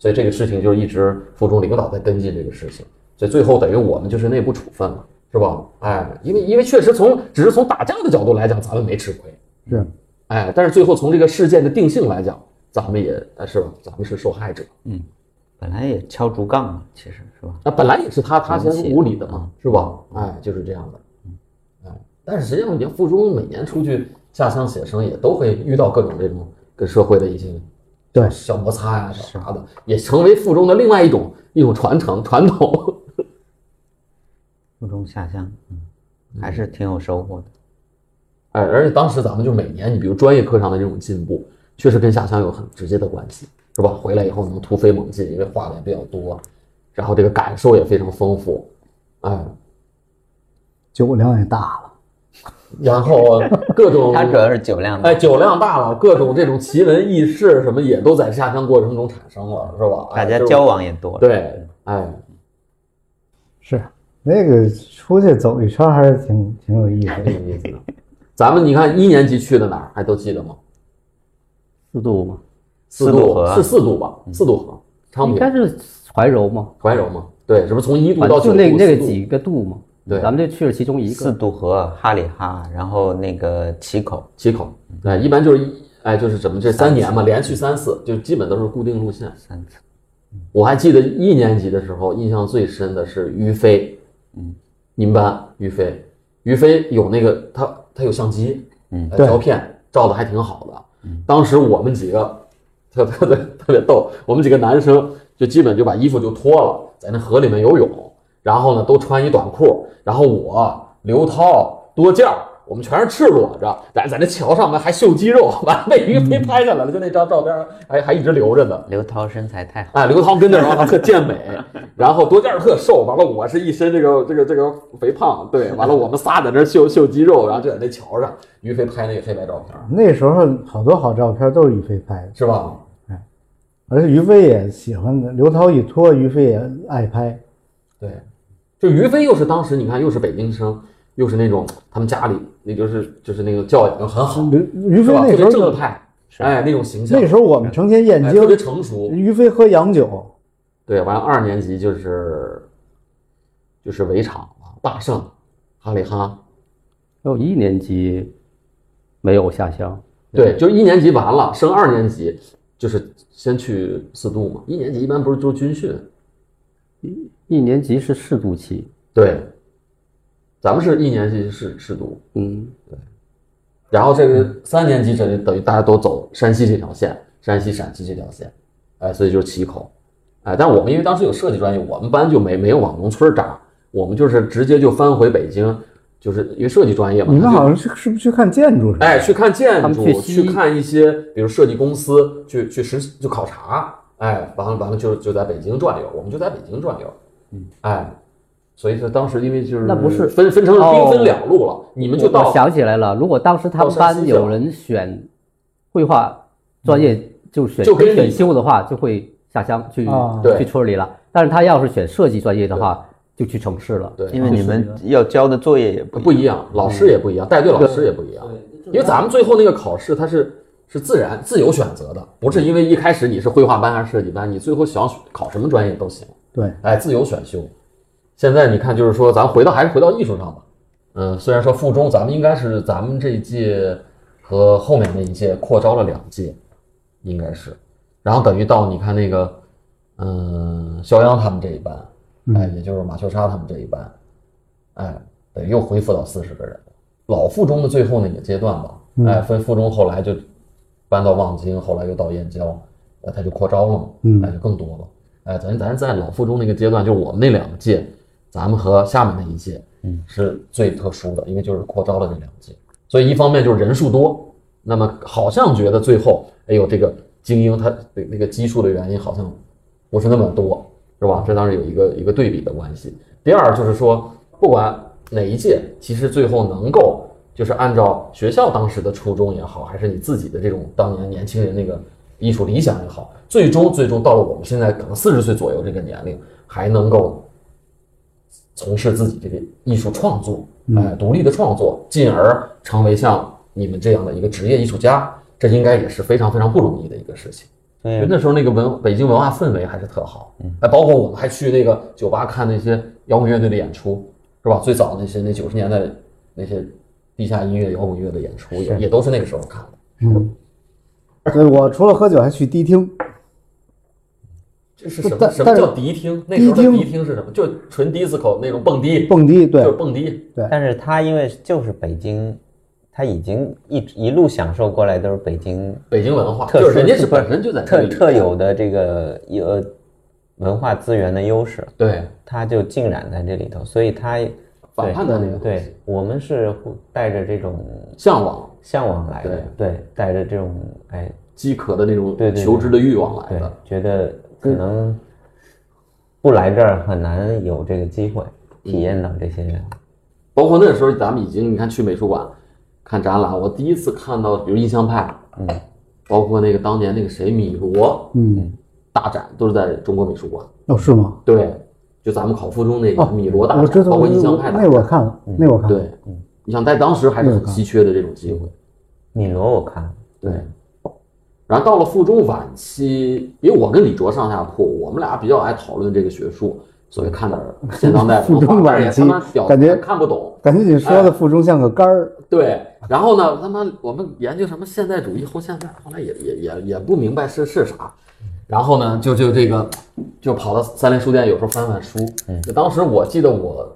A: 所以这个事情就是一直附中领导在跟进这个事情，所以最后等于我们就是内部处分了，是吧？哎，因为因为确实从只是从打架的角度来讲，咱们没吃亏，
B: 是，
A: 哎，但是最后从这个事件的定性来讲，咱们也哎是吧？咱们是受害者，
C: 本来也敲竹杠嘛，其实是吧？
A: 那本来也是他他先
C: 起
A: 无理的嘛，是吧？哎，就是这样的。哎，但是实际上，你看附中每年出去下乡写生，也都会遇到各种这种跟社会的一些
B: 对
A: 小摩擦呀、小啥的，也成为附中的另外一种一种传承传统。
C: 负重下乡，嗯，还是挺有收获的。
A: 哎，而且当时咱们就每年，你比如专业课上的这种进步，确实跟下乡有很直接的关系，是吧？回来以后能突飞猛进，因为画的也比较多，然后这个感受也非常丰富，哎，
B: 酒量也大了，
A: 然后各种
C: 他主要是酒量大
A: 哎，酒量大了，各种这种奇闻异事什么也都在下乡过程中产生了，是吧？哎
C: 大家
A: 就是
C: 交往也多。，
A: 对，哎，
B: 是那个出去走一圈还是挺挺有意思
A: 挺
B: 的。
A: 有意思的。咱们你看一年级去的哪儿，还都记得吗？
E: 四渡嘛，
A: 四
C: 四渡河
A: 是四渡吧？四渡河，昌
E: 应
A: 平
E: 该、是怀柔嘛，
A: 怀柔嘛？对，是不是从一渡
E: 反
A: 到
E: 正
A: 九渡？
E: 就那那
A: 四
E: 个
A: 渡
E: 几个渡嘛，
A: 对
E: 咱们就去了其中一
C: 四
E: 个。
C: 渡河、哈里哈，然后那个旗口，
A: 七口，哎，一般就是一哎，就是怎么这三年嘛，连续三次，就基本都是固定路线。
C: 三次
A: 我还记得一年级的时候，印象最深的是于飞，嗯，你们班于飞，于飞有那个他他有相机，
C: 嗯
A: 呃
B: 对
A: 胶片照的还挺好的。当时我们几个 特特别特别逗，我们几个男生就基本就把衣服就脱了，在那河里面游泳，然后呢都穿一短裤，然后我刘涛多件儿。我们全是赤裸着，在在那桥上面还秀肌肉， 完了被于飞拍下来了，就那张照片还还一直留着呢。啊
C: 刘涛身材太好，
A: 哎，刘涛跟那儿然后特健美，然后多吉尔特瘦，完了我是一身这个这个这个肥胖，对，完了我们仨在那儿秀秀肌肉，然后就在那桥上，于飞拍那个黑白照片，
B: 那时候好多好照片都是于飞拍的，
A: 是吧？
B: 而且于飞也喜欢刘涛一拖，于飞也爱拍。
A: 对，就于飞又是当时你看又是北京生，又是那种他们家里那就是就是那个教养又很好，
B: 刘嗯于
A: 是
B: 飞
A: 吧？特
B: 那时
A: 别
B: 候
A: 正
B: 就
A: 派，哎，那种形象，
B: 那时候我们成天燕
A: 哎特别
B: 京，
A: 成熟，
B: 于飞喝洋酒，
A: 对，完了二年级就是就是围场了，大圣、哈里哈，
E: 然后一年级没有下乡，
B: 嗯
A: 对，就一年级完了，升二年级就是先去四渡嘛。一年级一般不是就军训？
E: 一年级是适度期，
A: 对，咱们是一年级是是渡，
E: 嗯，
A: 然后这个三年级等于等于大家都走山西这条线，山西陕西这条线，哎，所以就是綦口，哎，但我们因为当时有设计专业，我们班就没没有往农村扎，我们就是直接就翻回北京，就是因为设计专业嘛，
B: 你
A: 他
B: 们
A: 就
B: 好像是是不是去看建筑是吧？
A: 哎，去看建
E: 他们
A: 筑，
E: 去
A: 去
E: 西
A: 看一些，比如设计公司，去去实习，就考察，哎，完了完了就就在北京转悠，我们就在北京转悠，嗯，哎，所以说当时因为就是
E: 那不是
A: 分分成
E: 哦
A: 兵分两路了，你们就
E: 我
A: 到
E: 我想起来了，如果当时他
A: 到
E: 们
A: 山
E: 班
A: 西去
E: 有
A: 了
E: 人选绘画专业，就选
A: 就跟你
E: 选修的话，就会下乡去、
B: 啊
A: 对
E: 去村里了。但是他要是选设计专业的话，就去城市了。
A: 对
C: 因为你们要交的作业也嗯不
A: 不一样，老师也不一样，带队老师也不一样，因为咱们最后那个考试它是是自然自由选择的，不是因为一开始你是绘画班还是设计班，你最后想考什么专业都行。
B: 对，
A: 哎，自由选修。现在你看，就是说，咱回到还是回到艺术上吧。嗯，虽然说附中咱们应该是咱们这一届和后面那一届扩招了两届，应该是。然后等于到你看那个，嗯，肖央他们这一班，哎，也就是马秀沙他们这一班，哎，等于又恢复到四十个人了。老附中的最后那个阶段吧，哎，分附中后来就搬到望京，后来又到燕郊，呃，他就扩招了嘛，
B: 嗯
A: 哎，就更多了。哎，咱咱在老附中那个阶段，就我们那两届，咱们和下面那一届，嗯，是最特殊的，因为就是扩招了这两届，所以一方面就是人数多，那么好像觉得最后，哎呦，这个精英他那那个基数的原因好像不是那么多，是吧？这当然有一个一个对比的关系。第二就是说，不管哪一届，其实最后能够就是按照学校当时的初衷也好，还是你自己的这种当年年轻人那个艺术理想也好，最终最终到了我们现在可能四十岁左右这个年龄，还能够从事自己这个艺术创作，哎、独立的创作，进而成为像你们这样的一个职业艺术家，这应该也是非常非常不容易的一个事情。因为那时候那个文北京文化氛围还是特好，
C: 嗯
A: 哎，包括我们还去那个酒吧看那些摇滚乐队的演出，是吧？最早那些那九十年代那些地下音乐、摇滚乐的演出，也也都是那个时候看的。
B: 所以我除了喝酒还去迪厅，
A: 这是
B: 不
A: 什么？
B: 但
A: 什么
B: 但是
A: 叫迪厅？那时候的
B: 迪厅
A: 迪厅是什么？就是纯 disco 那种蹦迪，
B: 蹦迪，
A: 就
B: 对
A: 是，蹦迪。
C: 但是他因为就是北京，他已经一直一路享受过来都是北京
A: 北京文化，
C: 特
A: 就是
C: 殊
A: 人家是本身就在这
C: 特
A: 里
C: 特有的这个有文化资源的优势，
A: 对
C: 他就浸染在这里头，所以他
A: 反叛的那个
C: 对我们是带着这种
A: 向往、
C: 向往来的，对，带着这种哎，
A: 饥渴的那种
C: 对对对
A: 求知的欲望来
C: 对
A: 的。，
C: 觉得可能不来这儿很难有这个机会
A: 嗯
C: 体验到这些
A: 包括那时候咱们已经你看去美术馆看展览，我第一次看到比如印象派，嗯，包括那个当年那个谁米罗
B: 嗯，
A: 大展都是在中国美术馆。
B: 哦，是吗？
A: 对，就咱们考附中那个
B: 哦
A: 米罗大
B: 我知
A: 展，
B: 道，
A: 包括印象
B: 我
A: 派大
B: 那嗯我
A: 展。
B: 看了，那我看了，
A: 对，你想在当时还是很稀缺的这种机会。
C: 米罗，我看
A: 对，然后到了附中晚期，因为我跟李卓上下铺，我们俩比较爱讨论这个学术，所以看点儿现当代
B: 附中
A: 文化但是
B: 晚
A: 也
B: 期
A: 他妈屌
B: 感觉
A: 看不懂。
B: 感觉你说的附中像个杆儿，
A: 对，然后呢，他妈我们研究什么现代主义、后现代，后来也也也也不明白是是啥。然后呢，就就这个，就跑到三联书店，有时候翻翻书。就当时我记得我，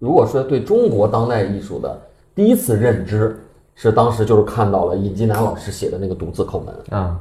A: 如果说对中国当代艺术的第一次认知，是当时就是看到了尹继南老师写的那个《独自叩门》。
C: 啊，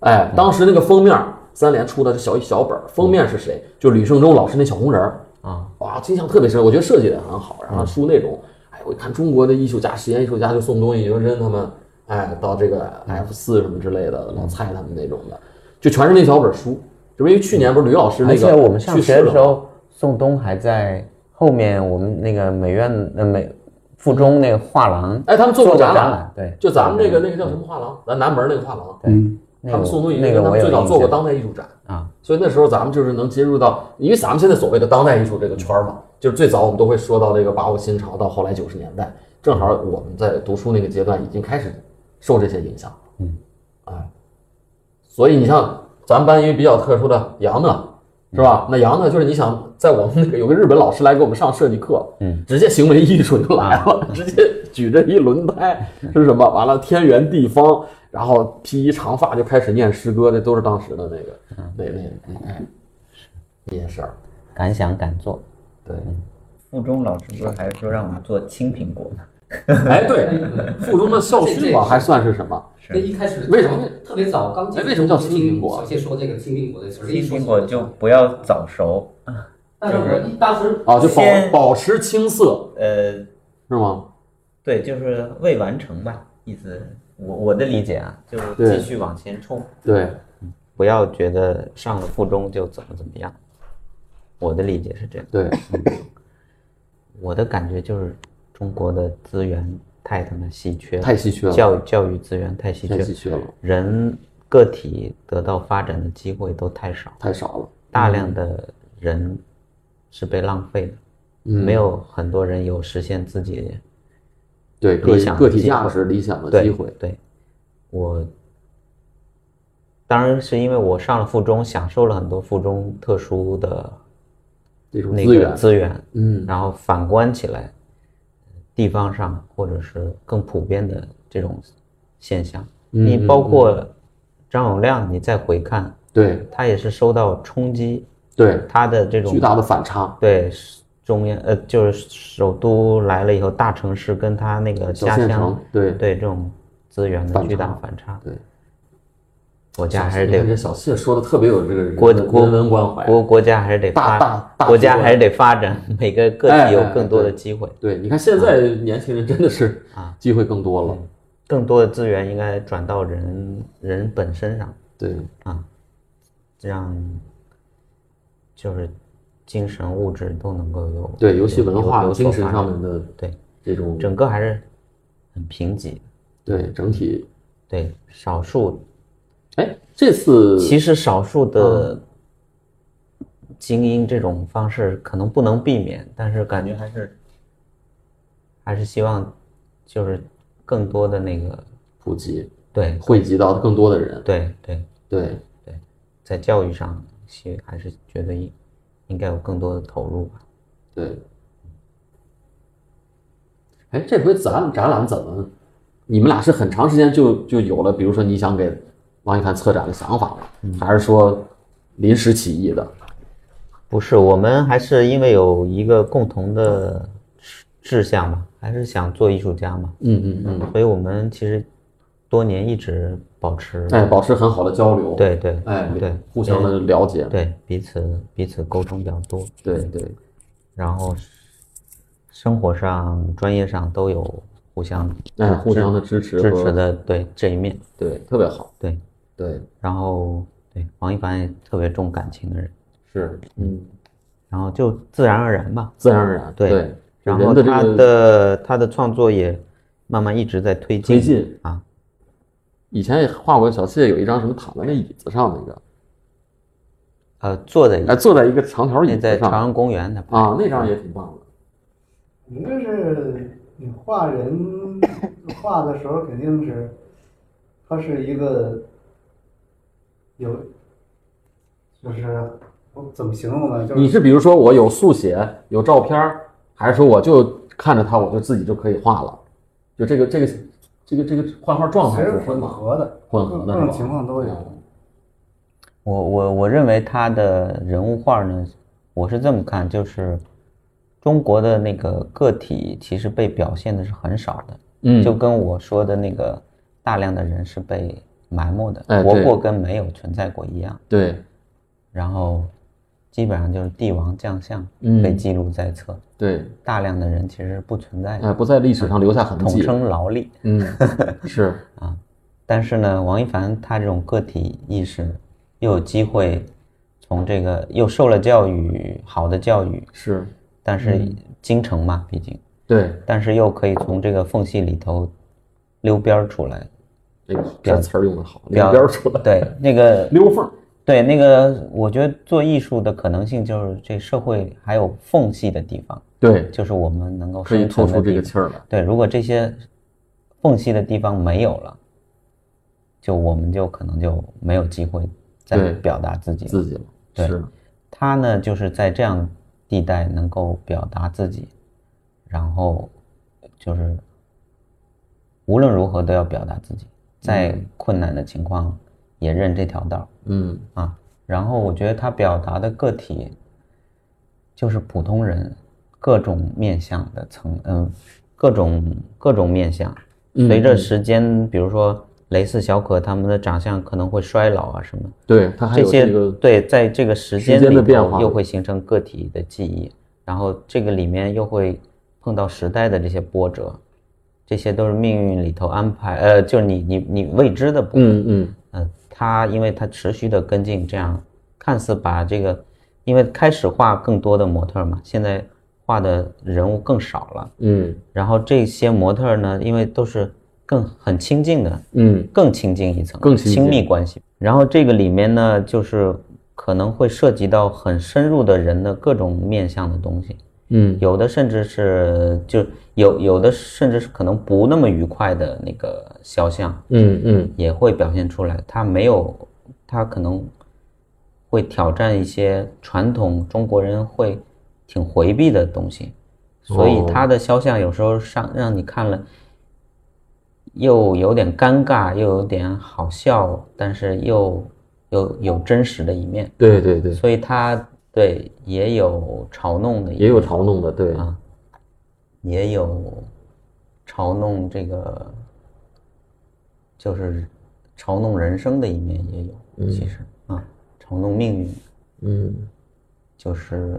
A: 哎，当时那个封面儿，三联出的是小小本儿，封面是谁？就吕胜洲老师那小红人儿
C: 啊，嗯
A: 哇，印象特别深，我觉得设计的很好，然后书内容，哎，我一看中国的艺术家、实验艺术家就宋冬野、扔他们，哎，到这个
C: 嗯
A: F 四什么之类的，老蔡他们那种的，就全是那小本儿书，就是因为去年不是吕老师那
C: 而
A: 个
C: 且我们上
A: 去世
C: 学的
A: 了
C: 时
A: 吗
C: 候，宋冬还在后面我们那个美院呃美附中那个画廊，
A: 哎，他们做过
C: 过
A: 展览，
C: 览，嗯对，
A: 就咱们那个那个叫什么画廊，咱南门那个画廊，
B: 嗯，
C: 那
A: 他们
C: 个
A: 宋冬野
C: 那个
A: 他
C: 我
A: 们
C: 有
A: 最早
C: 印
A: 做过
C: 象
A: 当代艺术展
C: 啊，
A: 所以那时候咱们就是能接触到，因为咱们现在所谓的当代艺术这个圈儿嘛，就是最早我们都会说到这个八国新潮到后来九十年代，正好我们在读书那个阶段已经开始受这些影响，嗯，哎，所以你像咱们班因为比较特殊的杨呢。是吧？那杨呢？就是你想在我们那个有个日本老师来给我们上设计课，
C: 嗯，啊
A: 直接行为艺术就来了，直接举着一轮 拍是什么？完了天圆地方，然后披一长发就开始念诗歌，这都是当时的那个
C: 嗯
A: 那那那哎那些事儿。
C: 敢想敢做，
A: 对，
H: 附中老师不是还说让我们做青苹果吗？
A: 哎对，附中的校训吧还算是什么？
H: 是
E: 那一开始
A: 为什么
E: 特别早刚
A: 哎为什么叫青苹果
E: 小谢说这个青苹果的词儿，
H: 青苹果就不要早熟，
E: 但是我一当时
A: 啊，就保
H: 先
A: 保持青涩
H: 呃，
A: 是吗？
H: 对，就是未完成吧，意思。
C: 我我的理解啊，
H: 就
A: 对
C: 继续往前冲，
A: 对，
C: 不要觉得上了附中就怎么怎么样，我的理解是这样，嗯
A: 对，
C: 我的感觉就是中国的资源太他妈稀缺了，
A: 太稀缺了
C: 教教育资源太稀缺，
A: 太稀缺了，
C: 人个体得到发展的机会都太少，
A: 太少了。
C: 大
A: 嗯
C: 量的人是被浪费的，
A: 嗯
C: 没有很多人有实现自己
A: 对个
C: 理
A: 体
C: 想的
A: 个体
C: 机会
A: 价值、理想的
C: 对
A: 机会，
C: 对，我当然是因为我上了附中，享受了很多附中特殊的
A: 这种
C: 那
A: 资
C: 个
A: 源，
C: 资源，
A: 嗯，
C: 然后反观起来，地方上或者是更普遍的这种现象，
A: 嗯
C: 你包括张永亮，你再回看，
A: 对
C: 他也是受到冲击，
A: 对，
C: 他的这种
A: 巨大的反差，
C: 对中央呃，就是首都来了以后，大城市跟他那个
A: 小
C: 家
A: 县
C: 乡
A: 城对
C: 对这种资源的
A: 反
C: 巨大
A: 差
C: 反差，
A: 对，
C: 国家还是
A: 你看这
C: 得
A: 小谢说的特别有这个人
C: 国
A: 文
C: 国
A: 人文关怀，
C: 国国家还是得
A: 大
C: 发
A: 大大
C: 国
A: 局
C: 家
A: 观
C: 还是得发展，每个个
A: 哎
C: 体有
A: 哎
C: 更多的
A: 对
C: 机会，
A: 对，你看现在年轻人真的是
C: 啊
A: 机会更多了。
C: 更多的资源应该转到人人本身上，
A: 对，
C: 让就是精神物质都能够有
A: 对，尤其
C: 有
A: 文
C: 有
A: 化、
C: 有所
A: 精神
C: 发
A: 上
C: 展
A: 面的
C: 对
A: 这种
C: 整个还是很贫瘠的，
A: 对整体。
C: 对少数
A: 哎，这次
C: 其实少数的精英这种方式可能不能避免，但是感觉还是还是希望就是更多的那个
A: 普及
C: 对
A: 汇集到更多的人，
C: 对对，
A: 对
C: 在教育上其实还是觉得应应该有更多的投入吧。
A: 对。哎，这回展展览怎么？你们俩是很长时间就就有了，比如说你想给王一凡策展的想法了，
C: 嗯
A: 还是说临时起意的？
C: 不是，我们还是因为有一个共同的志志向嘛，还是想做艺术家嘛，
A: 嗯嗯嗯。
C: 所以我们其实多年一直保持
A: 哎，保持很好的交流。，
C: 对对
A: 哎，
C: 对
A: 互相的了解。
C: 对彼此彼此沟通比较多，
A: 对对
C: 然后生活上、专业上都有互相
A: 哎，互相的支持
C: 支
A: 和
C: 持的对这一面，
A: 对，特别好。
C: 对，
A: 对，
C: 然后对王一凡也特别重感情的人，
A: 是，嗯，
C: 然后就自然而然吧，
A: 自然而然。
C: 对
A: 对，
C: 然
A: 人
C: 后
A: 的这
C: 他
A: 个
C: 的他的创作也慢慢一直在推进
A: 推进
C: 啊，
A: 以前也画过小谢有一张什么躺在那椅子上那个，
C: 呃，坐在
A: 哎，坐在一个长条椅
C: 那在
A: 子
C: 朝
A: 上
C: 阳公园的
A: 啊，那张也挺棒的。
B: 您这是你画人画的时候，肯定是它是一个有，就是我怎么形容呢？就
A: 你是比如说我有速写，有照片儿，还是说我就看着它，我就自己就可以画了？就这个这个这个这个画画状态是混合
B: 的，
A: 混合的是吧
B: 都
C: 我我我认为他的人物画呢，我是这么看，就是中国的那个个体其实被表现的是很少的，
A: 嗯，
C: 就跟我说的那个大量的人是被埋没的，
A: 哎
C: 活
A: 对
C: 过跟没有存在过一样。
A: 对
C: 然后基本上就是帝王将相
A: 嗯
C: 被记录在册，
A: 对，
C: 大量的人其实是不存在的，
A: 哎，不在历史上留下痕
C: 统
A: 迹。
C: 称劳力。
A: 嗯，是，
C: 但是呢，王一凡他这种个体意识，又有机会从这个又受了教育，好的教育，
A: 是
C: 但是
A: 嗯
C: 京城嘛，毕竟，
A: 对，
C: 但是又可以从这个缝隙里头溜边儿出来，
A: 哎呦，这词儿用的好，
C: 溜
A: 两边儿出来，
C: 对，那个
A: 溜缝儿，
C: 对那个，我觉得做艺术的可能性就是这社会还有缝隙的地方，
A: 对，
C: 就是我们能够
A: 可以
C: 生
A: 透
C: 存的
A: 出这
C: 地
A: 个
C: 方
A: 气儿来。
C: 对，如果这些缝隙的地方没有了，就我们就可能就没有机会再
A: 对
C: 表达自己了。
A: 自己了，
C: 对
A: 是
C: 他呢，就是在这样地带能够表达自己，然后就是无论如何都要表达自己，在困难的情况也认这条道儿。
A: 嗯，
C: 啊，然后我觉得他表达的个体就是普通人各种面相的层，嗯，各种各种面相。随着时间，比如说雷四小可他们的长相可能会衰老啊什么，
A: 对，它还
C: 这
A: 有
C: 些
A: 这个
C: 对，在这个时
A: 时
C: 间里
A: 间的
C: 头
A: 变化
C: 又会形成个体的记忆，然后这个里面又会碰到时代的这些波折，这些都是命运里头安排，呃，就是你你你未知的部分。
A: 嗯嗯，
C: 嗯，他因为他持续的跟进，这样看似把这个，因为开始画更多的模特儿嘛，现在画的人物更少了。
A: 嗯
C: 然后这些模特儿呢，因为都是更很亲近的，
A: 嗯，
C: 更亲近一层，
A: 更亲
C: 亲
A: 近
C: 密关系。然后这个里面呢，就是可能会涉及到很深入的人的各种面向的东西，
A: 嗯，
C: 有的甚至是就有有的甚至是可能不那么愉快的那个肖像，
A: 嗯嗯
C: 也会表现出来。他没有，他可能会挑战一些传统中国人会挺回避的东西，所以
A: 哦
C: 他的肖像有时候上让你看了，又有点尴尬，又有点好笑，但是又有有真实的一面，
A: 对对对，
C: 所以他对也有嘲弄的一面，
A: 也有嘲弄的，对，
C: 啊，也有嘲弄这个，就是嘲弄人生的一面也有，其实啊，嘲弄命运
A: 嗯，
C: 就是。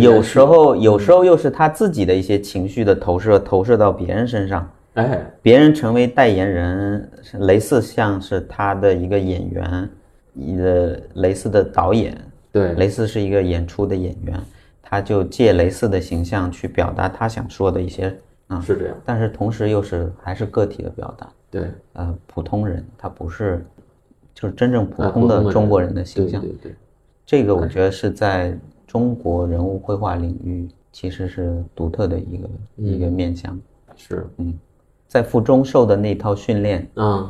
C: 有时候，有时候又是他自己的一些情绪的投射，投射到别人身上，
A: 哎，
C: 别人成为代言人，雷四像是他的一个演员，一个雷四的导演，
A: 对，
C: 雷斯是一个演出的演员，他就借雷斯的形象去表达他想说的一些啊、
A: 是这样，
C: 但是同时又是还是个体的表达，
A: 对，
C: 呃，普通人他不是就是真正普
A: 啊
C: 通的中国人的形象，
A: 对对对，
C: 这个我觉得是在中国人物绘画领域其实是独特的一个、
A: 嗯
C: 一个面向，
A: 是，
C: 在附中受的那套训练，
A: 嗯，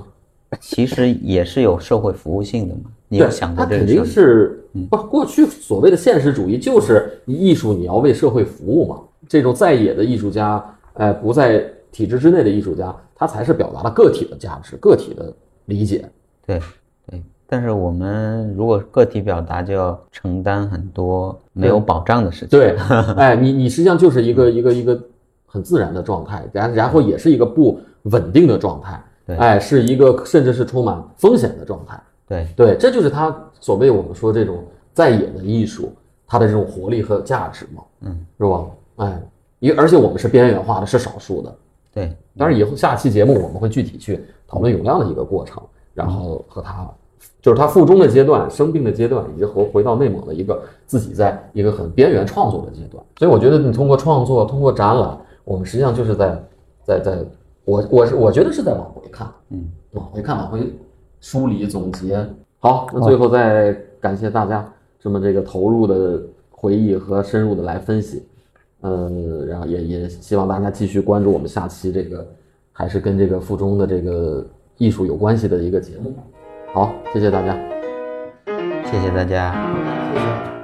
C: 其实也是有社会服务性的嘛，你有
A: 对，
C: 想过
A: 他
C: 这
A: 肯
C: 个事
A: 定
C: 吗？
A: 是不过去所谓的现实主义，就是艺术你要为社会服务嘛。这种在野的艺术家，呃，不在体制之内的艺术家，他才是表达了个体的价值、个体的理解。
C: 对对，但是我们如果个体表达，就要承担很多没有保障的事情。
A: 对，哎，你你实际上就是一个一个一个很自然的状态，然然后也是一个不稳定的状态，
C: 对
A: 哎，是一个甚至是充满风险的状态。
C: 对
A: 对，这就是他所谓我们说这种在野的艺术，它的这种活力和价值嘛，
C: 嗯，
A: 是吧？哎，因为而且我们是边缘化的，是少数的。
C: 对
A: 当然，以后下期节目我们会具体去讨论永亮的一个过程，然后和他就是他附中的阶段、生病的阶段，以及和回到内蒙的一个自己在一个很边缘创作的阶段。所以我觉得你通过创作、通过展览，我们实际上就是在在在，我我是我觉得是在往回看，
C: 嗯，
A: 往回看，往回梳理总结。好，那最后再感谢大家这么这个投入的回忆和深入的来分析，嗯，然后也也希望大家继续关注我们下期这个还是跟这个附中的这个艺术有关系的一个节目。好，谢谢大家。
C: 谢谢大家。